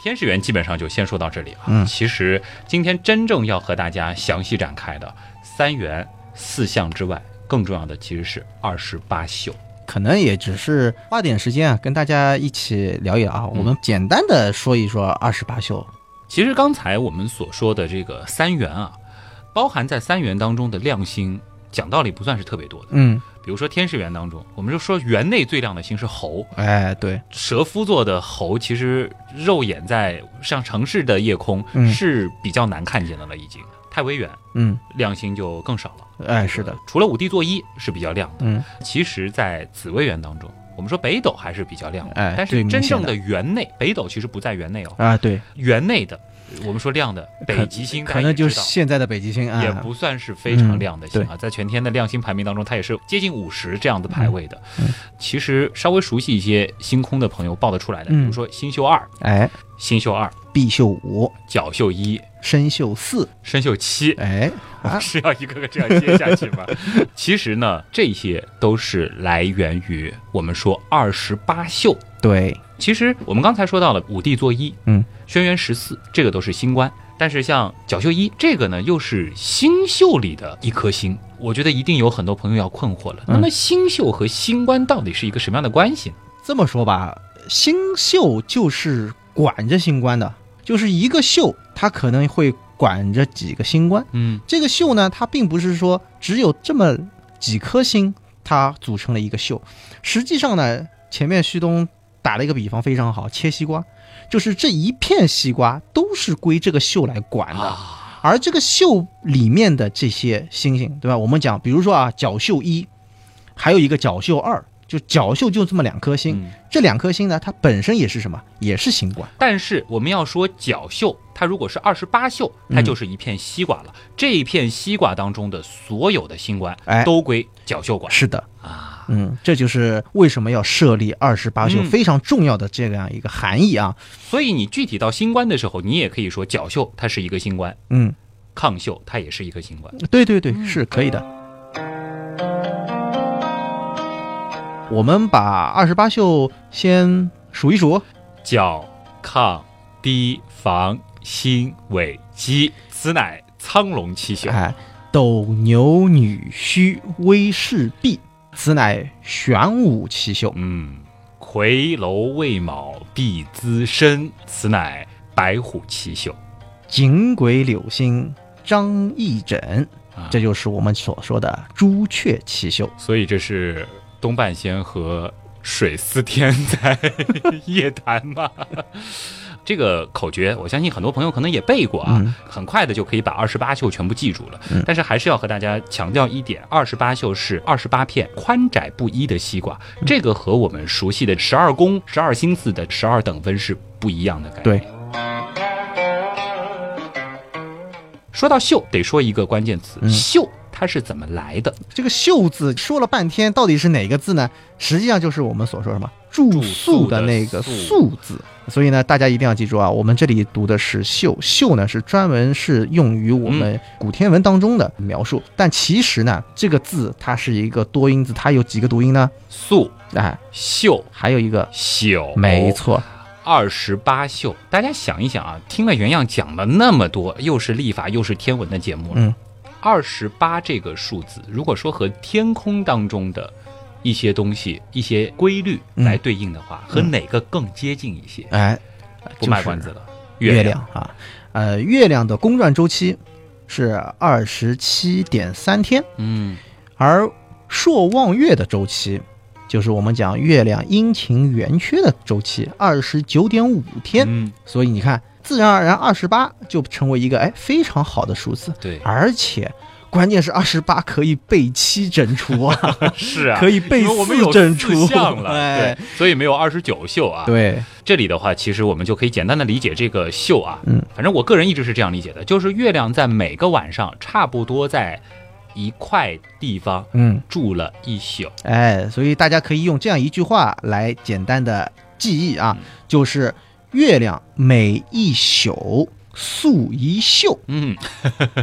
S1: 天使园基本上就先说到这里啊。
S4: 嗯
S1: 其实今天真正要和大家详细展开的三元四象之外，更重要的其实是二十八宿。
S4: 可能也只是花点时间啊，跟大家一起聊一聊啊。我们简单的说一说二十八宿。
S1: 其实刚才我们所说的这个三元啊，包含在三元当中的亮星，讲道理不算是特别多的。
S4: 嗯，
S1: 比如说天使园当中，我们就说园内最亮的星是猴，
S4: 哎，对，
S1: 蛇夫座的猴，其实肉眼在像城市的夜空
S4: 嗯
S1: 是比较难看见的了，已经。太微远，
S4: 嗯，
S1: 亮星就更少了。
S4: 哎，是的
S1: 呃，，除了五帝座一是比较亮的，
S4: 嗯，
S1: 其实，在紫微垣当中，我们说北斗还是比较亮的，
S4: 哎
S1: 但
S4: 对
S1: 是真正
S4: 明显的
S1: 的园内，北斗其实不在园内哦，
S4: 啊，对，
S1: 园内的我们说亮的北极星，大
S4: 可
S1: 家
S4: 能
S1: 也知
S4: 就
S1: 道
S4: 是现在的北极星啊，
S1: 也不算是非常亮的星
S4: 嗯
S1: 啊，在全天的亮星排名当中，它也是接近五十这样的排位的
S4: 嗯嗯。
S1: 其实稍微熟悉一些星空的朋友报得出来的，比
S4: 嗯
S1: 如说星宿二、
S4: 哎，
S1: 星宿二、
S4: 必秀五，
S1: 角宿一、
S4: 参宿四，
S1: 参宿七。
S4: 哎，啊
S1: 是要一个个这样接下去吗？ 其实呢，这些都是来源于我们说二十八宿。
S4: 对，
S1: 其实我们刚才说到了五帝座一，
S4: 嗯，
S1: 轩辕十四，这个都是星官。但是像角宿一这个呢，又是星宿里的一颗星，我觉得一定有很多朋友要困惑了。
S4: 嗯
S1: 那么星宿和星官到底是一个什么样的关系呢？
S4: 这么说吧，星宿就是管着星官的，就是一个宿，它可能会管着几个星官。
S1: 嗯
S4: 这个宿呢，它并不是说只有这么几颗星，它组成了一个宿。实际上呢，前面旭东打了一个比方非常好，切西瓜，就是这一片西瓜都是归这个宿来管的。
S1: 啊，
S4: 而这个宿里面的这些星星，对吧？我们讲，比如说啊，角宿一，还有一个角宿二，就角宿就这么两颗星。
S1: 嗯
S4: 这两颗星呢，它本身也是什么？也是星官。
S1: 但是我们要说角宿，它如果是二十八宿，它
S4: 嗯
S1: 就是一片西瓜了。这一片西瓜当中的所有的星官
S4: 哎
S1: 都归角宿管
S4: 是的，
S1: 啊。
S4: 嗯，这就是为什么要设立二十八宿、
S1: 嗯
S4: 非常重要的这样一个含义啊。
S1: 所以你具体到星官的时候，你也可以说角宿它是一个星官，
S4: 嗯，
S1: 抗宿它也是一个星官。
S4: 对对
S1: 嗯
S4: 对，是可以的。我们把二十八宿先数一数，哦
S1: 角、亢、低、房、辛、尾、鸡，此乃苍龙七宿。
S4: 哎，斗牛女戌威势毕，此乃玄武七宿。
S1: 嗯，夔楼未卯，必资身，此乃白虎七宿。
S4: 锦鬼柳星张翼枕，
S1: 啊
S4: 这就是我们所说的朱雀七宿。
S1: 所以这是东半仙和水司天在夜谈嘛。 这个口诀，我相信很多朋友可能也背过啊，
S4: 嗯
S1: 很快的就可以把二十八宿全部记住了。
S4: 嗯
S1: 但是还是要和大家强调一点，二十八宿是二十八片宽窄不一的西瓜，
S4: 嗯
S1: 这个和我们熟悉的十二宫、十二星宿的十二等分是不一样的概念。
S4: 对，
S1: 说到秀，得说一个关键词，
S4: 嗯
S1: 秀它是怎么来的？
S4: 这个“宿”字说了半天，到底是哪个字呢？实际上就是我们所说什么住宿的那个“
S1: 住宿的
S4: 宿”字。所以呢，大家一定要记住啊，我们这里读的是“宿”，“宿”呢是专门是用于我们
S1: 嗯
S4: 古天文当中的描述。但其实呢，这个字它是一个多音字，它有几个读音呢？
S1: 宿、
S4: 哎，
S1: 秀、
S4: 还有一个，
S1: 宿，
S4: 没错，
S1: 哦二十八宿，大家想一想啊，听了原样讲了那么多，又是历法又是天文的节目了。
S4: 嗯，
S1: 二十八这个数字，如果说和天空当中的一些东西、一些规律
S4: 嗯
S1: 来对应的话，和哪个更接近一些？
S4: 哎，
S1: 不卖关子了，
S4: 月
S1: 亮。
S4: 啊，呃，月亮的公转周期是二十七点三天，
S1: 嗯，
S4: 而朔望月的周期，就是我们讲月亮阴晴圆缺的周期，二十九点五天。
S1: 嗯，
S4: 所以你看，自然而然二十八就成为一个哎非常好的数字，
S1: 对，
S4: 而且关键是二十八可以被七整除 啊，
S1: 是啊，
S4: 可以被
S1: 因为我们有
S4: 四整除
S1: 四项了，
S4: 哎
S1: 对，所以没有二十九宿啊。
S4: 对，
S1: 这里的话，其实我们就可以简单的理解这个宿啊，
S4: 嗯，
S1: 反正我个人一直是这样理解的，就是月亮在每个晚上差不多在一块地方
S4: 嗯，
S1: 住了一宿，
S4: 哎，所以大家可以用这样一句话来简单的记忆啊
S1: 嗯，
S4: 就是月亮每一宿宿一宿，
S1: 嗯。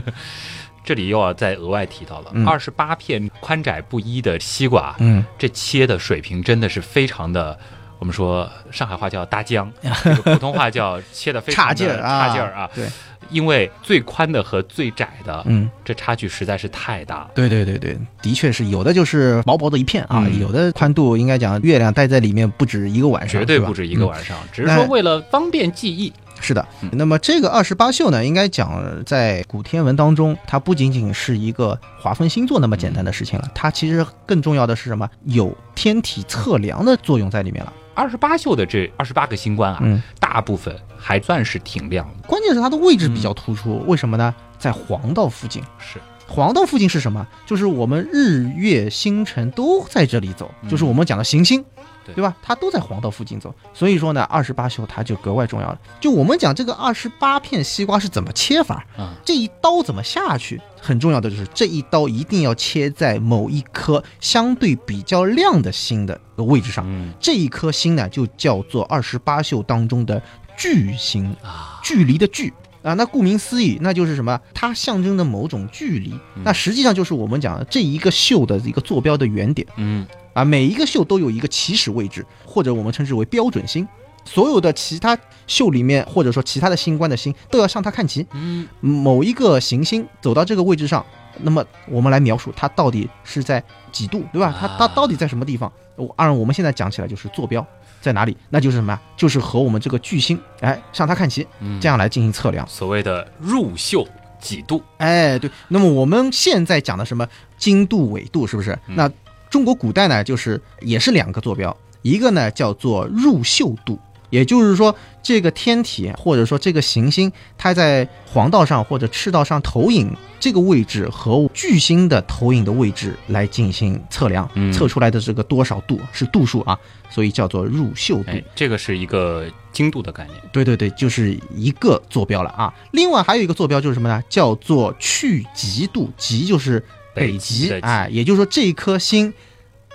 S1: 这里又要再额外提到了
S4: 嗯，
S1: 二十八片宽窄不一的西瓜啊，
S4: 嗯，
S1: 这切的水平真的是非常的，我们说上海话叫搭 浆，这个普通话叫切的非常
S4: 差
S1: 的
S4: 劲儿啊，
S1: 差劲儿啊，
S4: 对，
S1: 因为最宽的和最窄的
S4: 嗯，
S1: 这差距实在是太大了。
S4: 对对对对，的确是有的就是薄薄的一片啊，
S1: 嗯
S4: 有的宽度应该讲月亮待在里面不止一个晚上，
S1: 绝对
S4: 是吧
S1: 不止一个
S4: 嗯
S1: 晚上，只是说为了方便记忆，
S4: 是的
S1: 嗯，
S4: 那么这个二十八宿呢，应该讲在古天文当中，它不仅仅是一个划分星座那么
S1: 嗯
S4: 简单的事情了，它其实更重要的是什么？有天体测量的作用在里面了。
S1: 二十八宿的这二十八个星官啊，
S4: 嗯，
S1: 大部分还算是挺亮的，
S4: 关键是它的位置比较突
S1: 嗯
S4: 出，为什么呢？在黄道附近。
S1: 是
S4: 黄道附近是什么？就是我们日月星辰都在这里走，
S1: 嗯
S4: 就是我们讲的行星，
S1: 对
S4: 对吧？它都在黄道附近走，所以说呢，二十八宿它就格外重要了。就我们讲这个二十八片西瓜是怎么切法，
S1: 啊，
S4: 这一刀怎么下去，很重要的就是这一刀一定要切在某一颗相对比较亮的星的位置上，
S1: 嗯
S4: 这一颗星呢就叫做二十八宿当中的巨星。
S1: 啊，
S4: 距离的距啊，那顾名思义，那就是什么？它象征着某种距离，那实际上就是我们讲的这一个秀的一个坐标的原点
S1: 嗯
S4: 啊。每一个秀都有一个起始位置，或者我们称之为标准星。所有的其他秀里面，或者说其他的星官的星，都要向它看齐。
S1: 嗯，
S4: 某一个行星走到这个位置上，那么我们来描述它到底是在几度，对吧？它它
S1: 啊
S4: 到底在什么地方？我按我们现在讲起来就是坐标在哪里，那就是什么呀？就是和我们这个巨星，哎，向它看齐，
S1: 嗯
S4: 这样来进行测量。
S1: 所谓的入秀几度，
S4: 哎，对。那么我们现在讲的什么经度、纬度，是不是？
S1: 嗯
S4: 那中国古代呢，就是也是两个坐标，一个呢叫做入宿度，也就是说这个天体或者说这个行星，它在黄道上或者赤道上投影这个位置和巨星的投影的位置来进行测量，
S1: 嗯
S4: 测出来的这个多少度是度数啊，所以叫做入宿度。
S1: 哎，这个是一个精度的概念，
S4: 对对对，就是一个坐标了啊。另外还有一个坐标就是什么呢？叫做去极度，极就是
S1: 北极
S4: 极
S1: 的极
S4: 哎，也就是说这一颗星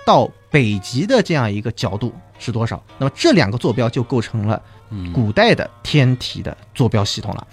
S4: 到北极的这样一个角度是多少？那么这两个坐标就构成了
S1: 嗯，
S4: 古代的天体的坐标系统了。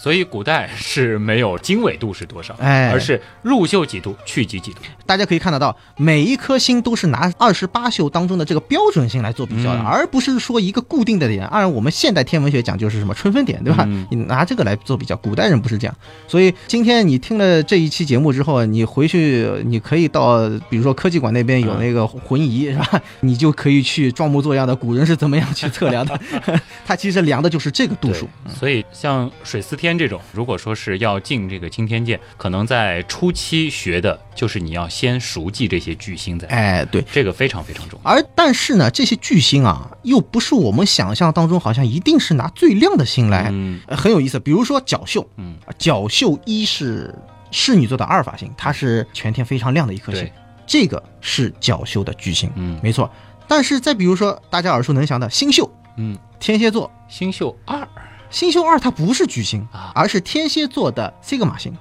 S1: 所以古代是没有经纬度是多少，
S4: 哎，
S1: 而是入秀几度，去极几度，
S4: 大家可以看得到，每一颗星都是拿二十八宿当中的这个标准星来做比较的，
S1: 嗯
S4: 而不是说一个固定的点。按我们现代天文学讲，就是什么春分点，对吧？
S1: 嗯
S4: 你拿这个来做比较，古代人不是这样。所以今天你听了这一期节目之后，你回去你可以到，比如说科技馆那边有
S1: 嗯
S4: 那个浑仪，是吧？ 你就可以去装模作样的古人是怎么样去测量的， 它其实量的就是这个度数。
S1: 对嗯所以像水司天这种，如果说是要进这个青天剑，可能在初期学的就是你要先熟记这些巨星在，
S4: 哎，对。
S1: 这个非常非常重要。
S4: 而但是呢，这些巨星啊，又不是我们想象当中好像一定是拿最亮的星来
S1: 嗯
S4: 呃很有意思。比如说角宿，
S1: 嗯，
S4: 角宿一是侍女座的阿尔法星，它是全天非常亮的一颗星
S1: 对，，
S4: 这个是角宿的巨星，
S1: 嗯
S4: 没错。但是再比如说大家耳熟能详的星宿，
S1: 嗯，
S4: 天蝎座，
S1: 星宿二
S4: 星宿二它不是巨星
S1: 啊，
S4: 而是天蝎座的西格 玛星，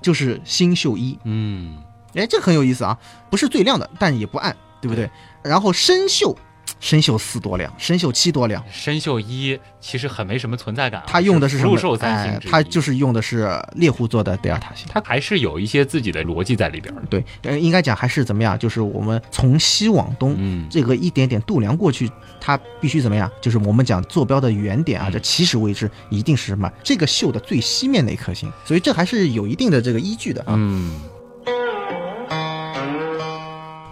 S4: 就是星宿一。
S1: 嗯
S4: 哎，这个很有意思啊，不是最亮的，但也不暗，对不对？然后深宿，深宿四多亮，深宿七多亮。
S1: 深秀一其实很没什么存在感啊、
S4: 他用的是什么？
S1: 入寿三星
S4: 哎
S1: 之一，
S4: 他就是用的是猎户座的德尔塔星。
S1: 他还是有一些自己的逻辑在里边的。
S4: 对，呃，应该讲还是怎么样？就是我们从西往东，
S1: 嗯，
S4: 这个一点点度量过去，它必须怎么样？就是我们讲坐标的原点啊，
S1: 嗯
S4: 这起始位置一定是什么？这个秀的最西面那颗星。所以这还是有一定的这个依据的啊。
S1: 嗯。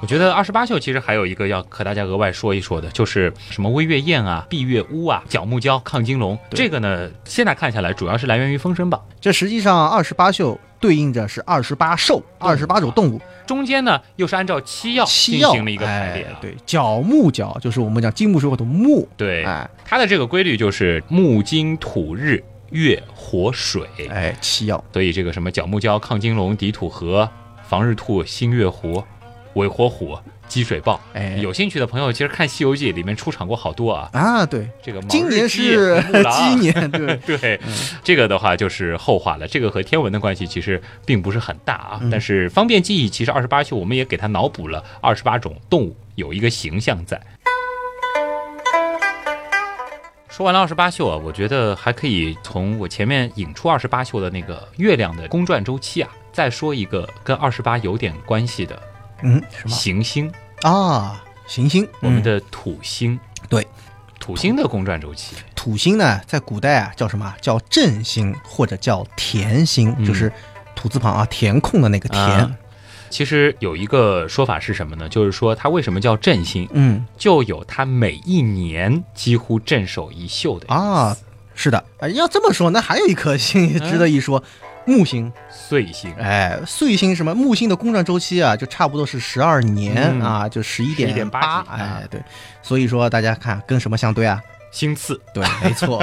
S1: 我觉得二十八宿其实还有一个要和大家额外说一说的，就是什么微月宴啊、闭月屋啊、角木蛟、亢金龙，
S4: 对
S1: 这个呢，现在看下来主要是来源于《封神榜
S4: 这实际上二十八宿对应着是二十八兽，二十八种动物，》，
S1: 中间呢又是按照七曜
S4: 七
S1: 进
S4: 曜
S1: 行了一个排列
S4: 哎
S1: 啊。
S4: 对，角木角就是我们讲金木水火土木，
S1: 对，
S4: 哎
S1: 它的这个规律就是木、金、土、日、月、火、水，
S4: 哎，七曜。
S1: 所以这个什么角木蛟、亢金龙、底土河、防日兔、星月湖、尾活虎、积水豹。
S4: 哎，
S1: 有兴趣的朋友，其实看《西游记》里面出场过好多啊。
S4: 啊，对，
S1: 这个毛
S4: 今
S1: 日
S4: 年
S1: 鸡
S4: 是
S1: 木啊狼
S4: 鸡年，对。
S1: 对，
S4: 嗯
S1: 这个的话就是后话了。这个和天文的关系其实并不是很大
S4: 嗯
S1: 啊，但是方便记忆，其实二十八宿我们也给它脑补了二十八种动物有一个形象在。说完了二十八宿啊，我觉得还可以从我前面引出二十八宿的那个月亮的公转周期啊，再说一个跟二十八有点关系的
S4: 嗯，什么
S1: 行星，
S4: 啊？行星，
S1: 我们
S4: 嗯
S1: 的土星。
S4: 对，
S1: 土星的公转周期。
S4: 土星呢，在古代啊叫什么啊？叫正星或者叫田星，
S1: 嗯
S4: 就是土字旁啊，填空的那个田。
S1: 啊其实有一个说法是什么呢？就是说它为什么叫振兴，
S4: 嗯
S1: 就有它每一年几乎镇守一宿的意思
S4: 啊 啊，，是的。哎，要这么说，那还有一颗星也值得一说，木星，
S1: 岁星，
S4: 哎，岁星什么木星的公转周期啊，就差不多是十二年
S1: 嗯
S4: 啊，就十一点
S1: 11.8级啊
S4: 哎，对，所以说大家看跟什么相对啊？
S1: 星次。
S4: 对，没错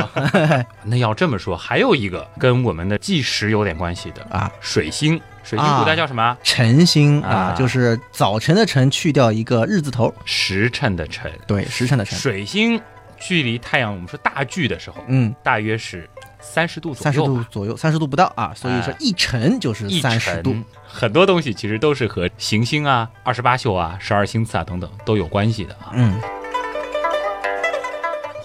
S1: 那要这么说，还有一个跟我们的计时有点关系的
S4: 啊，
S1: 水星，水星古代叫什么？
S4: 晨星
S1: 啊
S4: 啊，就是早晨的晨去掉一个日字头，
S1: 时辰的辰。
S4: 对，时辰的辰，
S1: 水星距离太阳，我们说大距的时候，
S4: 嗯，
S1: 大约是三十度左
S4: 三十
S1: 右吧。
S4: 度左右，三十度不到啊，所以说
S1: 哎
S4: 一晨就是
S1: 一
S4: 三十
S1: 沉
S4: 度，
S1: 很多东西其实都是和行星啊、二十八宿啊、十二星次啊等等都有关系的啊。
S4: 嗯，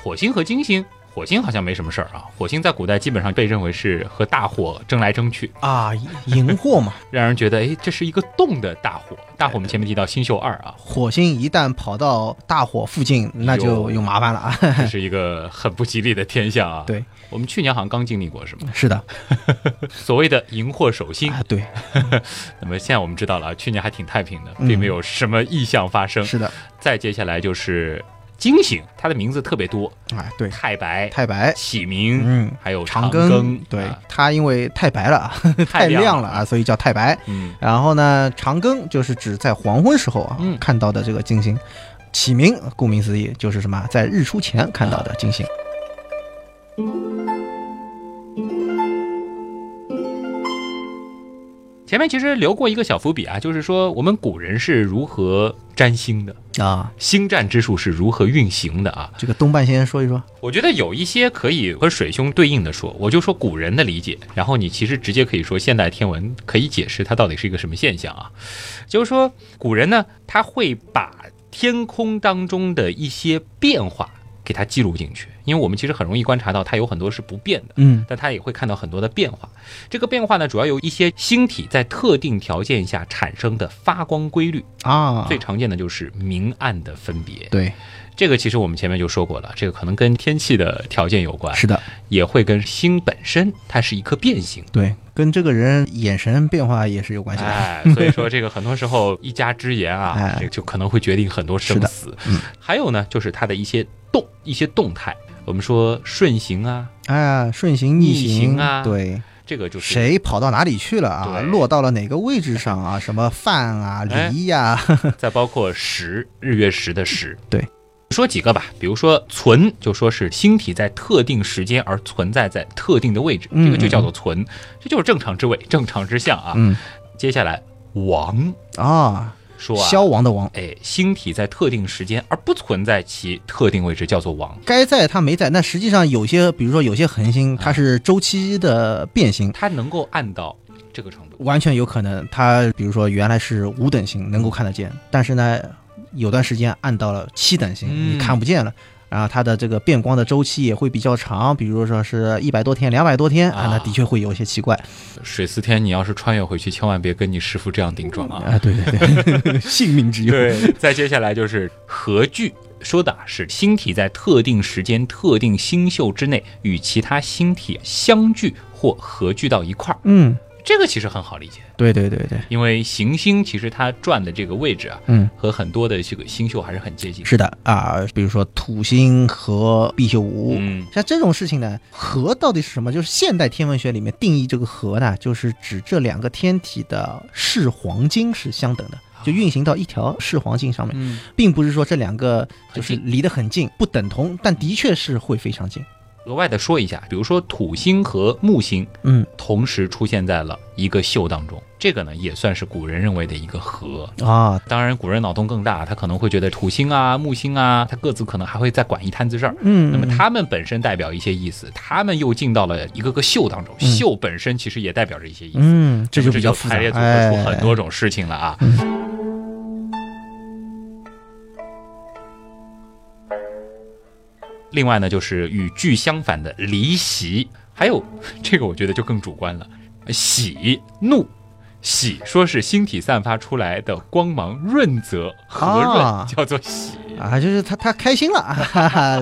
S1: 火星和金星，火星好像没什么事儿啊。火星在古代基本上被认为是和大火争来争去，
S4: 啊，荧惑嘛，
S1: 让人觉得哎，这是一个动的大火。大火我们前面提到星宿二啊，
S4: 火星一旦跑到大火附近，那
S1: 有
S4: 就有麻烦了啊。
S1: 这是一个很不吉利的天象啊。
S4: 对，
S1: 我们去年好像刚经历过，是 吗？
S4: 是的，
S1: 所谓的荧惑守心。
S4: 啊，对，
S1: 那么现在我们知道了啊，去年还挺太平的，
S4: 嗯
S1: 并没有什么异象发生。
S4: 是的，
S1: 再接下来就是金星，它的名字特别多，
S4: 啊，对，
S1: 太白、
S4: 太白，
S1: 启明，
S4: 嗯，
S1: 还有
S4: 长
S1: 庚，
S4: 庚，对
S1: 啊，
S4: 它因为太白 了啊，
S1: 太
S4: 太
S1: 亮
S4: 亮了啊，所以叫太白。
S1: 嗯，
S4: 然后呢，长庚就是指在黄昏时候啊
S1: 嗯
S4: 看到的这个金星。启明，顾名思义就是什么，在日出前看到的金星。
S1: 前面其实留过一个小伏笔啊，就是说我们古人是如何占星的，
S4: 啊，
S1: 星战之术是如何运行的啊。
S4: 这个东半仙说一说，
S1: 我觉得有一些可以和水兄对应的说，我就说古人的理解，然后你其实直接可以说现代天文可以解释它到底是一个什么现象啊。就是说古人呢，他会把天空当中的一些变化给它记录进去，因为我们其实很容易观察到它有很多是不变的。
S4: 嗯
S1: 但它也会看到很多的变化。这个变化呢，主要由一些星体在特定条件下产生的发光规律。
S4: 啊，
S1: 最常见的就是明暗的分别。
S4: 对，
S1: 这个其实我们前面就说过了，这个可能跟天气的条件有关，
S4: 是的，
S1: 也会跟星本身它是一颗变形。
S4: 对，跟这个人眼神变化也是有关系的。
S1: 哎，所以说这个很多时候一家之言啊
S4: 哎，
S1: 这个就可能会决定很多生死。
S4: 嗯
S1: 还有呢，就是它的一些动、一些动态。我们说顺行啊，
S4: 哎呀，顺行
S1: 逆
S4: 逆
S1: 行啊
S4: 对，
S1: 这个就是
S4: 谁跑到哪里去了啊？
S1: 对
S4: 落到了哪个位置上啊？什么饭啊、
S1: 哎
S4: 梨呀、
S1: 再包括时，日月食的时。
S4: 对，
S1: 说几个吧，比如说存，就说是星体在特定时间而存在在特定的位置，
S4: 嗯
S1: 这个就叫做存，这就是正常之位、正常之象啊。
S4: 嗯
S1: 接下来亡
S4: 啊，
S1: 说啊，
S4: 消亡的亡，
S1: 哎，星体在特定时间而不存在其特定位置，叫做亡。
S4: 该在它没在。那实际上有些，比如说有些恒星，它是周期的变形，
S1: 它能够按到这个程度，
S4: 完全有可能它，比如说原来是五等星能够看得见，但是呢，有段时间按到了七等星，
S1: 嗯
S4: 你看不见了。然后它的这个变光的周期也会比较长，比如说是一百多天、两百多天啊，
S1: 啊
S4: 那的确会有一些奇怪
S1: 水思天，你要是穿越回去，千万别跟你师傅这样顶撞啊！
S4: 啊。对对 对，性命之忧。
S1: 对，再接下来就是合聚，说的啊是星体在特定时间、特定星宿之内与其他星体相聚或合聚到一块儿。
S4: 嗯，
S1: 这个其实很好理解，
S4: 对对对对，
S1: 因为行星其实它转的这个位置啊，
S4: 嗯。
S1: 和很多的这个星宿还是很接近。
S4: 是的啊，比如说土星和毕宿五，
S1: 嗯，
S4: 像这种事情呢，和到底是什么？就是现代天文学里面定义这个和呢，就是指这两个天体的视黄金是相等的，就运行到一条视黄金上面，
S1: 啊嗯，
S4: 并不是说这两个就是
S1: 很嗯
S4: 离得很近，不等同，但的确是会非常近。
S1: 额外的说一下，比如说土星和木星
S4: 嗯
S1: 同时出现在了一个宿当中，这个呢也算是古人认为的一个合。
S4: 啊，
S1: 当然，古人脑洞更大，他可能会觉得土星啊、木星啊，它各自可能还会再管一摊子事儿。
S4: 嗯，
S1: 那么它们本身代表一些意思，它们又进到了一个个秀当中，秀本身其实也代表着一些意思，
S4: 嗯，这
S1: 就
S4: 就比较复杂哎嗯
S1: 排列，组合出很多种事情了啊。另外呢，就是与聚相反的离喜，还有这个我觉得就更主观了，喜怒。喜说是星体散发出来的光芒润泽和润，
S4: 啊
S1: 叫做喜。
S4: 啊，就是他他开心了，哈哈，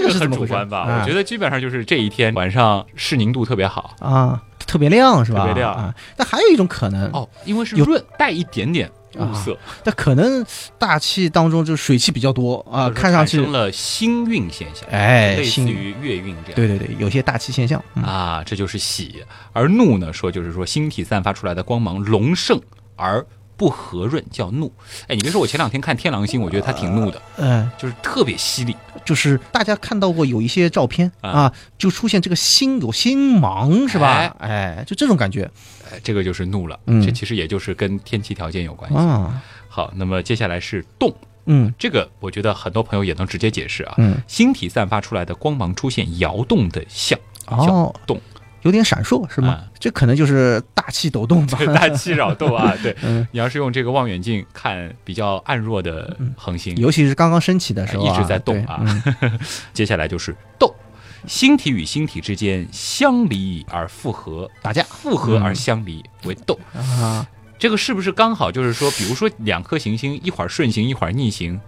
S1: 这
S4: 个
S1: 个
S4: 是
S1: 很
S4: 怎么
S1: 主
S4: 回事？
S1: 观吧？
S4: 啊、
S1: 我觉得基本上就是这一天晚上视宁度特别好
S4: 啊，特别亮是
S1: 特
S4: 吧？
S1: 别亮
S4: 啊。但还有一种可能
S1: 哦，因为是
S4: 有啊
S1: 润带一点点物色，
S4: 但可能大气当中就水气比较多啊，
S1: 就是
S4: 看上
S1: 产
S4: 去
S1: 生了星运现象，
S4: 哎，
S1: 类似
S4: 幸运
S1: 于月运这样。
S4: 对对对，有些大气现象。嗯
S1: 啊，这就是喜。而怒呢，说就是说星体散发出来的光芒隆盛而不和润，叫怒。哎，你别说，我前两天看天狼星，我觉得它挺怒的，
S4: 嗯，
S1: 就是特别犀利。
S4: 就是大家看到过有一些照片
S1: 啊
S4: 啊，就出现这个星有星芒是吧？哎，就这种感觉
S1: 哎，这个就是怒了。
S4: 嗯
S1: 这其实也就是跟天气条件有关系。
S4: 啊，
S1: 好，那么接下来是动，
S4: 嗯
S1: 这个我觉得很多朋友也能直接解释啊。
S4: 嗯，
S1: 星体散发出来的光芒出现摇动的像，叫
S4: 哦，
S1: 动，
S4: 有点闪烁是吗
S1: 啊？
S4: 这可能就是大气抖动 吧。
S1: 大气扰动啊。对
S4: 嗯，
S1: 你要是用这个望远镜看比较暗弱的恒星，
S4: 尤其是刚刚升起嗯的时候啊、
S1: 一直在动
S4: 对
S1: 啊
S4: 嗯
S1: 接下来就是斗，星体与星体之间相离而复合，
S4: 打架
S1: 复合而相离为斗。
S4: 啊，
S1: 这个是不是刚好就是说，比如说两颗行星一会儿顺行一会儿逆行，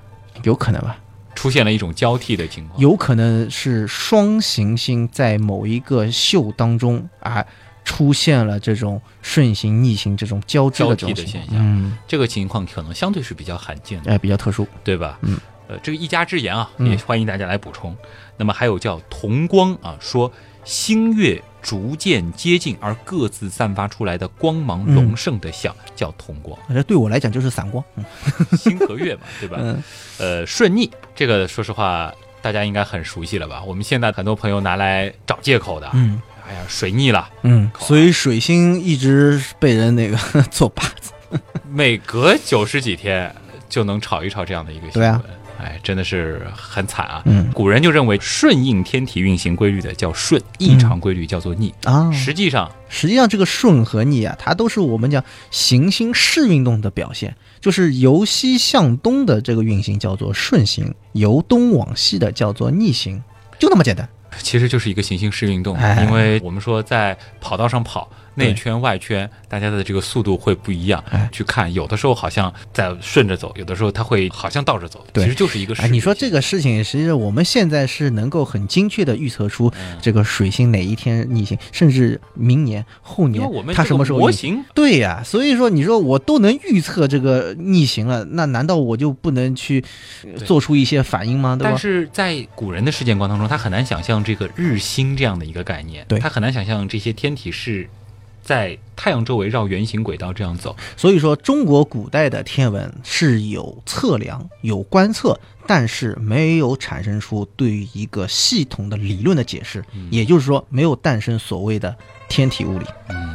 S4: 有可能吧？
S1: 出现了一种交替的情况？
S4: 有可能是双行星在某一个秀当中啊出现了这种顺行逆行这种交织的这
S1: 交
S4: 种
S1: 替的
S4: 情况
S1: 现象
S4: 嗯，
S1: 这个情况可能相对是比较罕见的，
S4: 哎，比较特殊。
S1: 对吧？
S4: 嗯。
S1: 呃，这个一家之言啊，
S4: 嗯
S1: 也欢迎大家来补充。那么还有叫同光啊，说星月逐渐接近而各自散发出来的光芒隆盛的像，叫同光。
S4: 这呃对我来讲就是散光。
S1: 星和月嘛，对吧？
S4: 嗯
S1: 呃，顺逆这个，说实话，大家应该很熟悉了吧？我们现在很多朋友拿来找借口的，
S4: 嗯
S1: 哎呀，水逆了，
S4: 嗯，
S1: 口啊
S4: 所以水星一直被人那个 做靶子。
S1: 每隔九十几天就能炒一炒这样的一个新
S4: 对
S1: 闻，
S4: 啊
S1: 哎，真的是很惨啊。
S4: 嗯
S1: 古人就认为顺应天体运行规律的叫顺，异常规律叫做逆。
S4: 啊，
S1: 实际上，
S4: 实际上这个顺和逆啊，它都是我们讲行星势运动的表现，就是由西向东的这个运行叫做顺行，由东往西的叫做逆行，就那么简单。
S1: 其实就是一个行星式运动，
S4: 哎
S1: 因为我们说在跑道上跑。
S4: 对
S1: 内圈、外圈，大家的这个速度会不一样
S4: 哎。
S1: 去看，有的时候好像在顺着走，有的时候它会好像倒着走，其
S4: 对
S1: 实就是一个。
S4: 哎，你说这个事情，实际上我们现在是能够很精确的预测出
S1: 嗯
S4: 这个水星哪一天逆行，甚至明年、后
S1: 因为
S4: 年
S1: 我们
S4: 它
S1: 这
S4: 什
S1: 个
S4: 么时候
S1: 模
S4: 逆行。
S1: 型
S4: 对呀、所以说你说我都能预测这个逆行了，那难道我就不能去呃
S1: 对
S4: 做出一些反应吗？对
S1: 但
S4: 吧？
S1: 是在古人的世界观当中，他很难想象这个日星这样的一个概念，
S4: 对
S1: 他很难想象这些天体是在太阳周围绕圆形轨道这样走。
S4: 所以说中国古代的天文是有测量、有观测，但是没有产生出对于一个系统的理论的解释，
S1: 嗯
S4: 也就是说没有诞生所谓的天体物理。
S1: 嗯，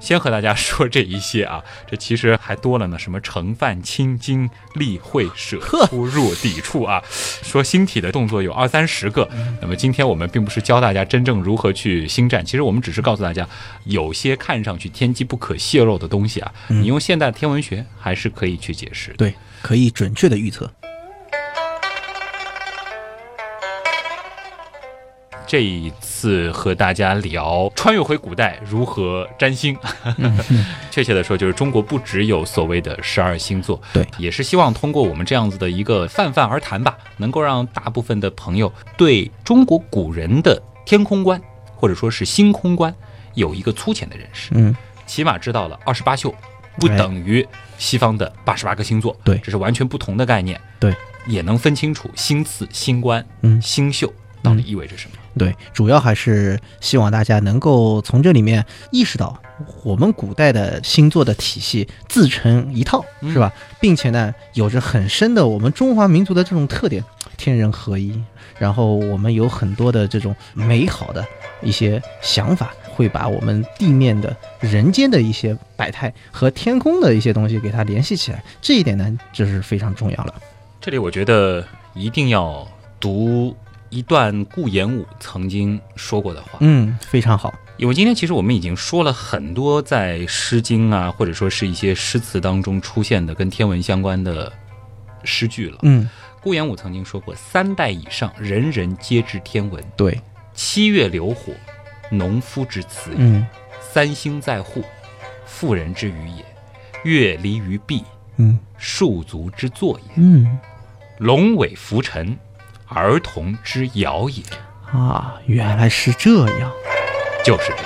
S1: 先和大家说这一些啊， 这其实还多了呢，什么盛犯、亲经、立会、舍、出入、抵触啊，说星体的动作有二三十个。
S4: 嗯
S1: 那么今天我们并不是教大家真正如何去星战，其实我们只是告诉大家，有些看上去天机不可泄露的东西啊，
S4: 嗯
S1: 你用现代的天文学还是可以去解释的。
S4: 对，可以准确的预测。
S1: 这一次和大家聊穿越回古代如何占星， 确切的说，就是中国不只有所谓的十二星座，
S4: 对
S1: 也是希望通过我们这样子的一个泛泛而谈吧，能够让大部分的朋友对中国古人的天空观或者说是星空观有一个粗浅的认识，
S4: 嗯，
S1: 起码知道了二十八宿不等于西方的八十八个星座，
S4: 对
S1: 这是完全不同的概念，
S4: 对，
S1: 也能分清楚星次、星官、
S4: 嗯
S1: 星宿到底意味着什么。
S4: 对，主要还是希望大家能够从这里面意识到，我们古代的星座的体系自成一套，
S1: 嗯
S4: 是吧？并且呢，有着很深的我们中华民族的这种特点，天人合一。然后我们有很多的这种美好的一些想法，会把我们地面的人间的一些百态和天空的一些东西给它联系起来，这一点呢，这是非常重要了。
S1: 这里我觉得一定要读一段顾炎武曾经说过的话，
S4: 嗯，非常好。
S1: 因为今天其实我们已经说了很多在《诗经》啊，或者说是一些诗词当中出现的跟天文相关的诗句了。
S4: 嗯，
S1: 顾炎武曾经说过：“三代以上，人人皆知天文。
S4: 对，
S1: 七月流火，农夫之词也；
S4: 嗯
S1: 三星在户，妇人之娱也；月离于弊，
S4: 嗯
S1: 戍卒之作也；
S4: 嗯。
S1: 龙尾浮沉，儿童之谣也。”
S4: 啊，原来是这样。
S1: 就是这样。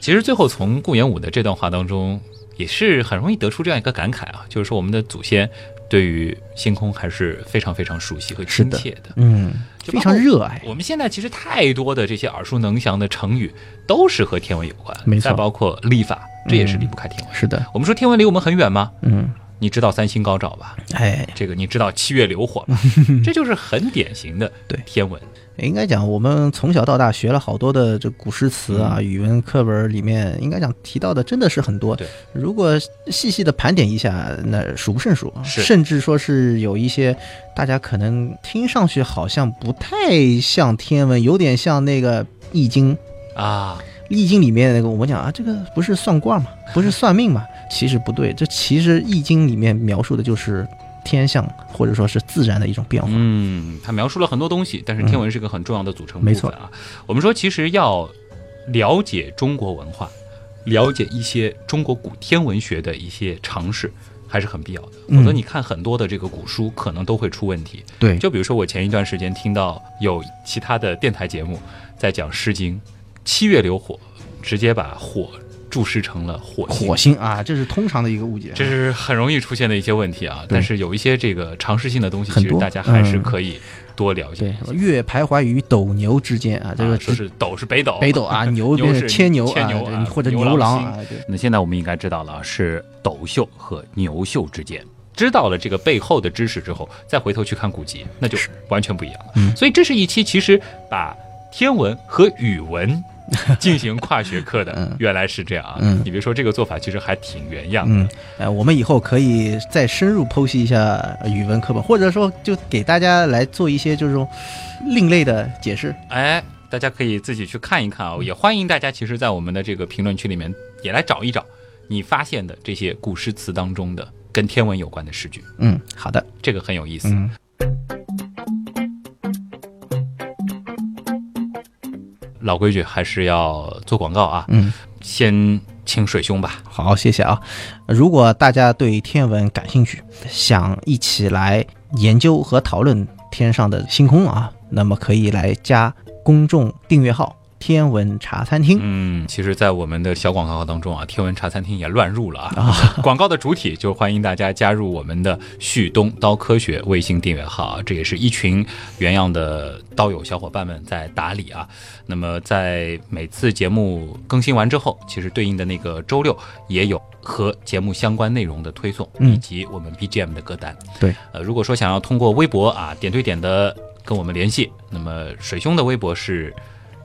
S1: 其实最后从顾炎武的这段话当中，也是很容易得出这样一个感慨啊，就是说我们的祖先对于星空还是非常非常熟悉和
S4: 是
S1: 亲
S4: 的
S1: 切的。
S4: 嗯，
S1: 就
S4: 非
S1: 包
S4: 常
S1: 括
S4: 热爱。
S1: 我们现在其实太多的这些耳熟能详的成语都是和天文有关，
S4: 没错嗯
S1: 再包括历法，这也是离不开天文。
S4: 是的，
S1: 我们说天文离我们很远吗？
S4: 嗯，
S1: 你知道三星高照吧？
S4: 哎，
S1: 这个你知道七月流火 吧？这就是很典型的
S4: 对
S1: 天文。
S4: 应该讲，我们从小到大学了好多的这古诗词啊，语文课本里面应该讲提到的真的是很多
S1: 对。
S4: 如果细细的盘点一下，那数不胜数，啊
S1: 是
S4: 甚至说是有一些大家可能听上去好像不太像天文，有点像那个《易经》。《
S1: 啊，
S4: 易经》里面那个，我们讲啊，这个不是算卦嘛，不是算命嘛，其实不对，这其实《易经》里面描述的就是天象或者说是自然的一种变化。
S1: 嗯，他描述了很多东西，但是天文是一个很重要的组成部
S4: 没
S1: 分啊。我们说，其实要了解中国文化，了解一些中国古天文学的一些常识，还是很必要的。
S4: 嗯
S1: 否则，你看很多的这个古书，可能都会出问题。
S4: 对，
S1: 就比如说，我前一段时间听到有其他的电台节目在讲《诗经》，七月流火，直接把火注释成了火星。
S4: 火星啊，这是通常的一个误解。啊
S1: 这是很容易出现的一些问题啊，
S4: 嗯对
S1: 但是有一些这个常识性的东西，
S4: 很
S1: 其实
S4: 多
S1: 大家还是
S4: 嗯
S1: 可以多了解
S4: 对
S1: 一下。，
S4: 月徘徊于斗牛之间啊，这
S1: 啊
S4: 个
S1: 说是斗是北斗，
S4: 北 斗啊，牛
S1: 牛
S4: 变
S1: 是
S4: 成牵牛
S1: 牵
S4: 啊，
S1: 牛
S4: 对
S1: 啊
S4: 或者
S1: 牛
S4: 牛
S1: 郎
S4: 郎啊，对，
S1: 那现在我们应该知道了，啊是斗秀和牛秀之间。知道了这个背后的知识之后，再回头去看古籍，那就完全不一样了。
S4: 嗯
S1: 所以这是一期其实把天文和语 文进行跨学科的，
S4: 嗯
S1: 原来是这样啊！
S4: 嗯
S1: 你别说这个做法，其实还挺原样的。
S4: 嗯，呃，我们以后可以再深入剖析一下语文课本，或者说就给大家来做一些就是这种另类的解释。
S1: 哎，大家可以自己去看一看啊、也欢迎大家其实，在我们的这个评论区里面也来找一找你发现的这些古诗词当中的跟天文有关的诗句，
S4: 嗯，好的，
S1: 这个很有意思。
S4: 嗯，
S1: 老规矩还是要做广告啊，
S4: 嗯，
S1: 先请水兄吧。
S4: 好，谢谢啊。如果大家对天文感兴趣，想一起来研究和讨论天上的星空啊，那么可以来加公众订阅号“天文茶餐厅”。
S1: 嗯，其实，在我们的小广告当中啊，天文茶餐厅也乱入了啊。广告的主体就欢迎大家加入我们的旭东刀科学微信订阅号啊，这也是一群原样的刀友小伙伴们在打理啊。那么在每次节目更新完之后，其实对应的那个周六也有和节目相关内容的推送，
S4: 嗯
S1: 以及我们 BGM 的歌单。
S4: 对，
S1: 呃，如果说想要通过微博啊点对点的跟我们联系，那么水兄的微博是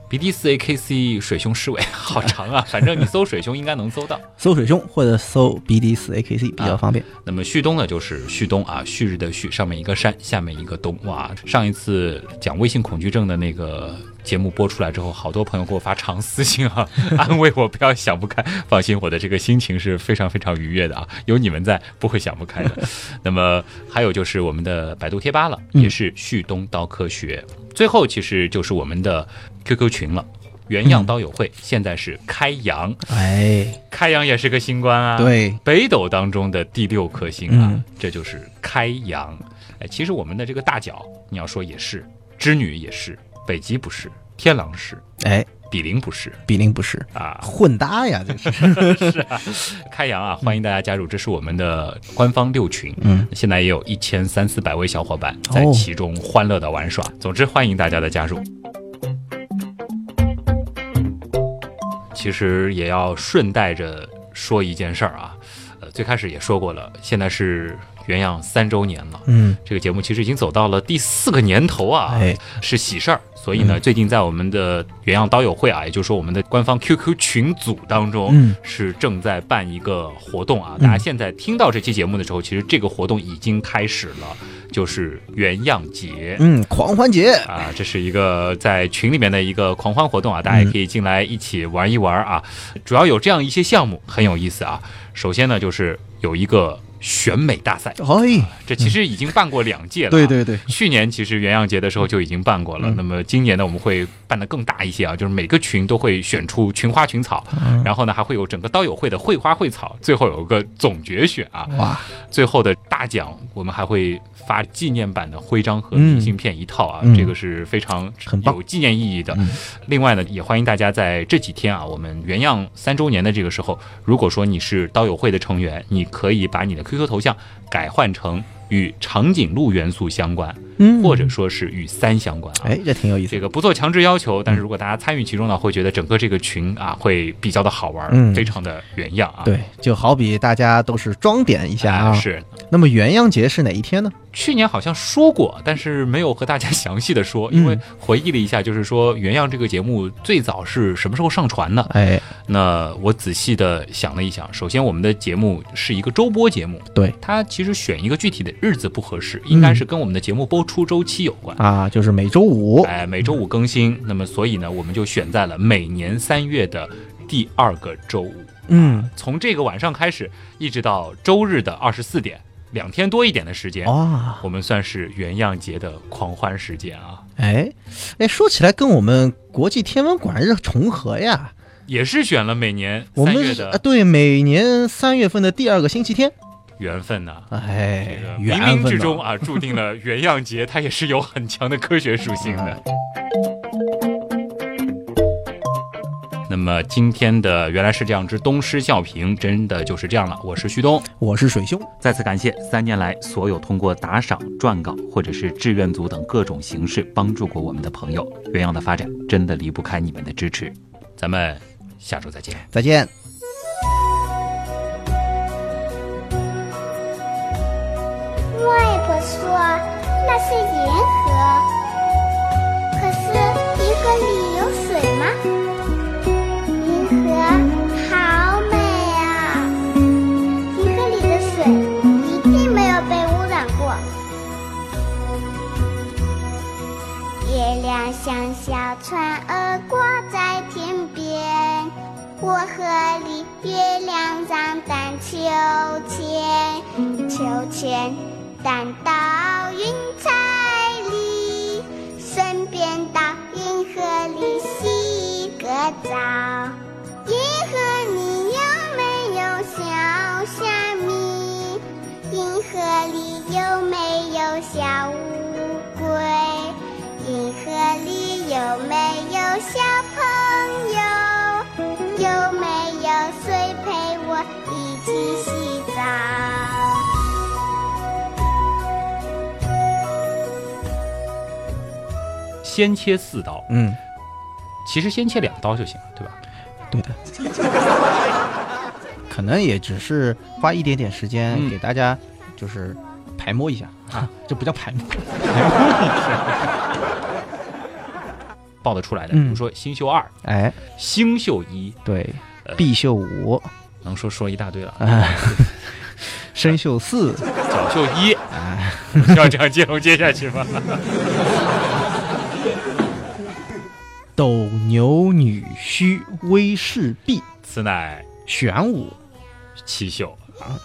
S1: B D 四 A K C 水兄师伟，好长 啊，反正你搜水兄应该能搜到。
S4: 搜水兄或者搜 BD 四 AKC
S1: 啊
S4: 比较方便。
S1: 那么旭东呢，就是旭东啊，旭日的旭，上面一个山，下面一个东。哇，上一次讲微信恐惧症的那个节目播出来之后，好多朋友给我发长私信啊， 安慰我不要想不开。放心，我的这个心情是非常非常愉悦的啊，有你们在，不会想不开的。那么还有就是我们的百度贴吧了，也是旭东刀科学。最后其实就是我们的 QQ 群了。原样刀友会现在是开阳，
S4: 哎，
S1: 开阳也是个新官啊。
S4: 对，
S1: 北斗当中的第六颗星啊，
S4: 嗯
S1: 这就是开阳。哎，其实我们的这个大角，你要说也是，织女也是，北极不是，天狼是，
S4: 哎，
S1: 比邻不是
S4: 比邻不是，
S1: 啊。
S4: 混搭呀， 这是。
S1: 开阳啊，欢迎大家加入，这是我们的官方六群。
S4: 嗯，
S1: 现在也有一千三四百位小伙伴
S4: 哦
S1: 在其中欢乐的玩耍。总之，欢迎大家的加入。其实也要顺带着说一件事儿啊，呃，最开始也说过了，现在是原样三周年了。
S4: 嗯，
S1: 这个节目其实已经走到了第四个年头啊，
S4: 哎，嗯
S1: 是喜事儿。所以呢，最近在我们的原样刀友会啊，也就是说我们的官方 QQ 群组当中，
S4: 嗯
S1: 是正在办一个活动啊。大家现在听到这期节目的时候，其实这个活动已经开始了，就是原样节。
S4: 嗯，狂欢节，
S1: 啊，这是一个在群里面的一个狂欢活动
S4: 嗯
S1: 啊，大家也可以进来一起玩一玩啊。主要有这样一些项目，很有意思啊。首先呢，就是有一个选美大赛，
S4: 哎，
S1: 这其实已经办过两届了、啊
S4: 对。对对，
S1: 去年其实元阳节的时候就已经办过了，
S4: 嗯
S1: 那么今年呢，我们会办得更大一些啊，就是每个群都会选出群花群草，
S4: 嗯
S1: 然后呢还会有整个刀友会的会花会草，最后有个总决选啊，
S4: 哇，
S1: 最后的大奖我们还会发纪念版的徽章和
S4: 嗯
S1: 明信片一套啊，
S4: 嗯
S1: 这个是非常
S4: 很棒
S1: 有纪念意义的。
S4: 嗯
S1: 另外呢，也欢迎大家在这几天啊，我们原样三周年的这个时候，如果说你是刀友会的成员，你可以把你的 QQ 头像改换成与长颈鹿元素相关，
S4: 嗯，
S1: 或者说是与三相关啊。
S4: 哎，这挺有意思
S1: 这。个不做强制要求，但是如果大家参与其中呢，会觉得整个这个群啊会比较的好玩，
S4: 嗯
S1: 非常的原样啊。
S4: 对，就好比大家都是装点一下
S1: 啊，
S4: 啊。
S1: 是
S4: 那么元阳节是哪一天呢？
S1: 去年好像说过，但是没有和大家详细的说，因为
S4: 嗯
S1: 回忆了一下，就是说《原样》这个节目最早是什么时候上传呢？
S4: 哎，
S1: 那我仔细的想了一想，首先我们的节目是一个周播节目，
S4: 对嗯
S1: 它其实选一个具体的日子不合适，应该是跟我们的节目播出周期有关。
S4: 啊，就是每周五。
S1: 哎，每周五更新，那么所以呢，我们就选在了每年三月的第二个周五，
S4: 嗯，
S1: 从这个晚上开始，一直到周日的二十四点，两天多一点的时间。
S4: 哇，
S1: 我们算是元样节的狂欢时间啊，
S4: 哎，哎，说起来跟我们国际天文馆日重合呀。
S1: 也是选了每年
S4: 我
S1: 三
S4: 们
S1: 月
S4: 是啊，
S1: 的
S4: 对，每年三月份的第二个星期天。
S1: 缘分呐、这
S4: 哎
S1: 个，冥
S4: 缘
S1: 冥
S4: 分
S1: 之
S4: 呐
S1: 中啊，注定 了元样节它也是有很强的科学属性的。嗯那么今天的原来是这样之东施效颦，真的就是这样了。我是旭东，
S4: 我是水兄，
S2: 再次感谢三年来所有通过打赏、撰稿或者是志愿组等各种形式帮助过我们的朋友。鸳鸯的发展真的离不开你们的支持。
S1: 咱们下周再见。
S4: 再见。
S3: 外婆说那是银河，可是银河里有水吗？银河好美啊！银河里的水一定没有被污染过。月亮像小船儿挂在天边，我和你月亮长荡秋千。秋千荡到云彩里，顺便到银河里洗个澡。银河里有没有小虾米？银河里有没有小乌龟？银河里有没有小朋友？有没有谁陪我一起洗澡？
S1: 先切四刀，
S4: 嗯，
S1: 其实先切两刀就行了，对吧？
S4: 对的。可能也只是花一点点时间
S1: 嗯
S4: 给大家，就是排摸一下啊， 这不叫排摸。
S1: 报得出来的，比
S4: 嗯
S1: 如说星宿二、
S4: 哎，
S1: 星宿一，
S4: 对
S1: 呃，
S4: 必秀 五，
S1: 能说说一大堆了。
S4: 哎，深秀 四，
S1: 角秀一，不需要这样接龙接下去吗？
S4: 斗牛女婿威士弼，
S1: 此乃
S4: 玄武，
S1: 七宿 啊。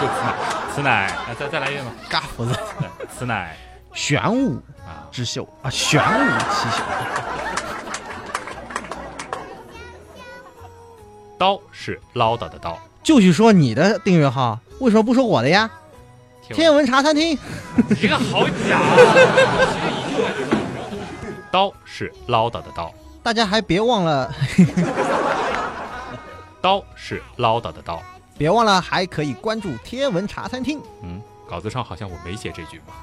S1: 就此乃，此乃，啊再再来一遍吧。
S4: 嘎胡子，
S1: 对此乃
S4: 玄武
S1: 啊，
S4: 之秀啊，玄武七秀，
S1: 刀是唠叨的刀。
S4: 就是说你的订阅号为什么不说我的呀？天
S1: 文，
S4: 文茶餐厅，
S1: 你这个好假啊。 刀是唠叨的刀，
S4: 大家还别忘了，
S1: 刀是唠叨的刀。
S4: 别忘了还可以关注天文茶餐厅。
S1: 嗯，稿子上好像我没写这句吧？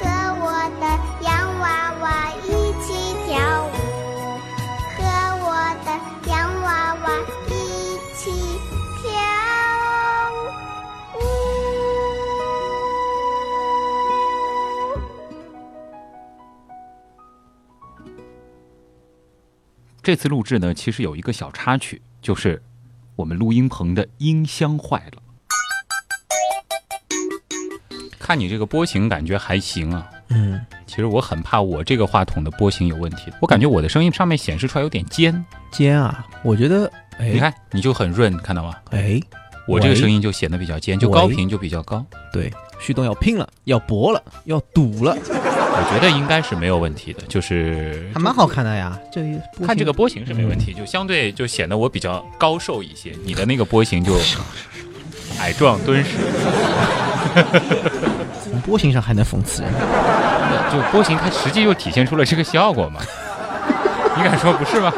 S3: 和我的洋娃娃一起跳舞，和我的洋娃娃一起跳舞。
S2: 这次录制呢，其实有一个小插曲，就是我们录音棚的音箱坏了。
S1: 看你这个波形，感觉还行啊。
S4: 嗯，
S1: 其实我很怕我这个话筒的波形有问题，我感觉我的声音上面显示出来有点尖。
S4: 尖啊，我觉得，哎，
S1: 你，看，你就很润，看到吗？
S4: 哎，
S1: 我这个声音就显得比较尖，就
S4: 喂
S1: 高频就比较高。
S4: 对，旭东要拼了，要搏了，要赌了，
S1: 我觉得应该是没有问题的，就是
S4: 还蛮好看的呀。这一波
S1: 看
S4: 形
S1: 这个波形是没问
S2: 嗯
S1: 题，就相对就显得我比较高瘦一些，你的那个波 形就矮壮敦实，
S4: 从波形上还能讽刺人，
S1: 就波形它实际就体现出了这个效果嘛。你敢说不是吗？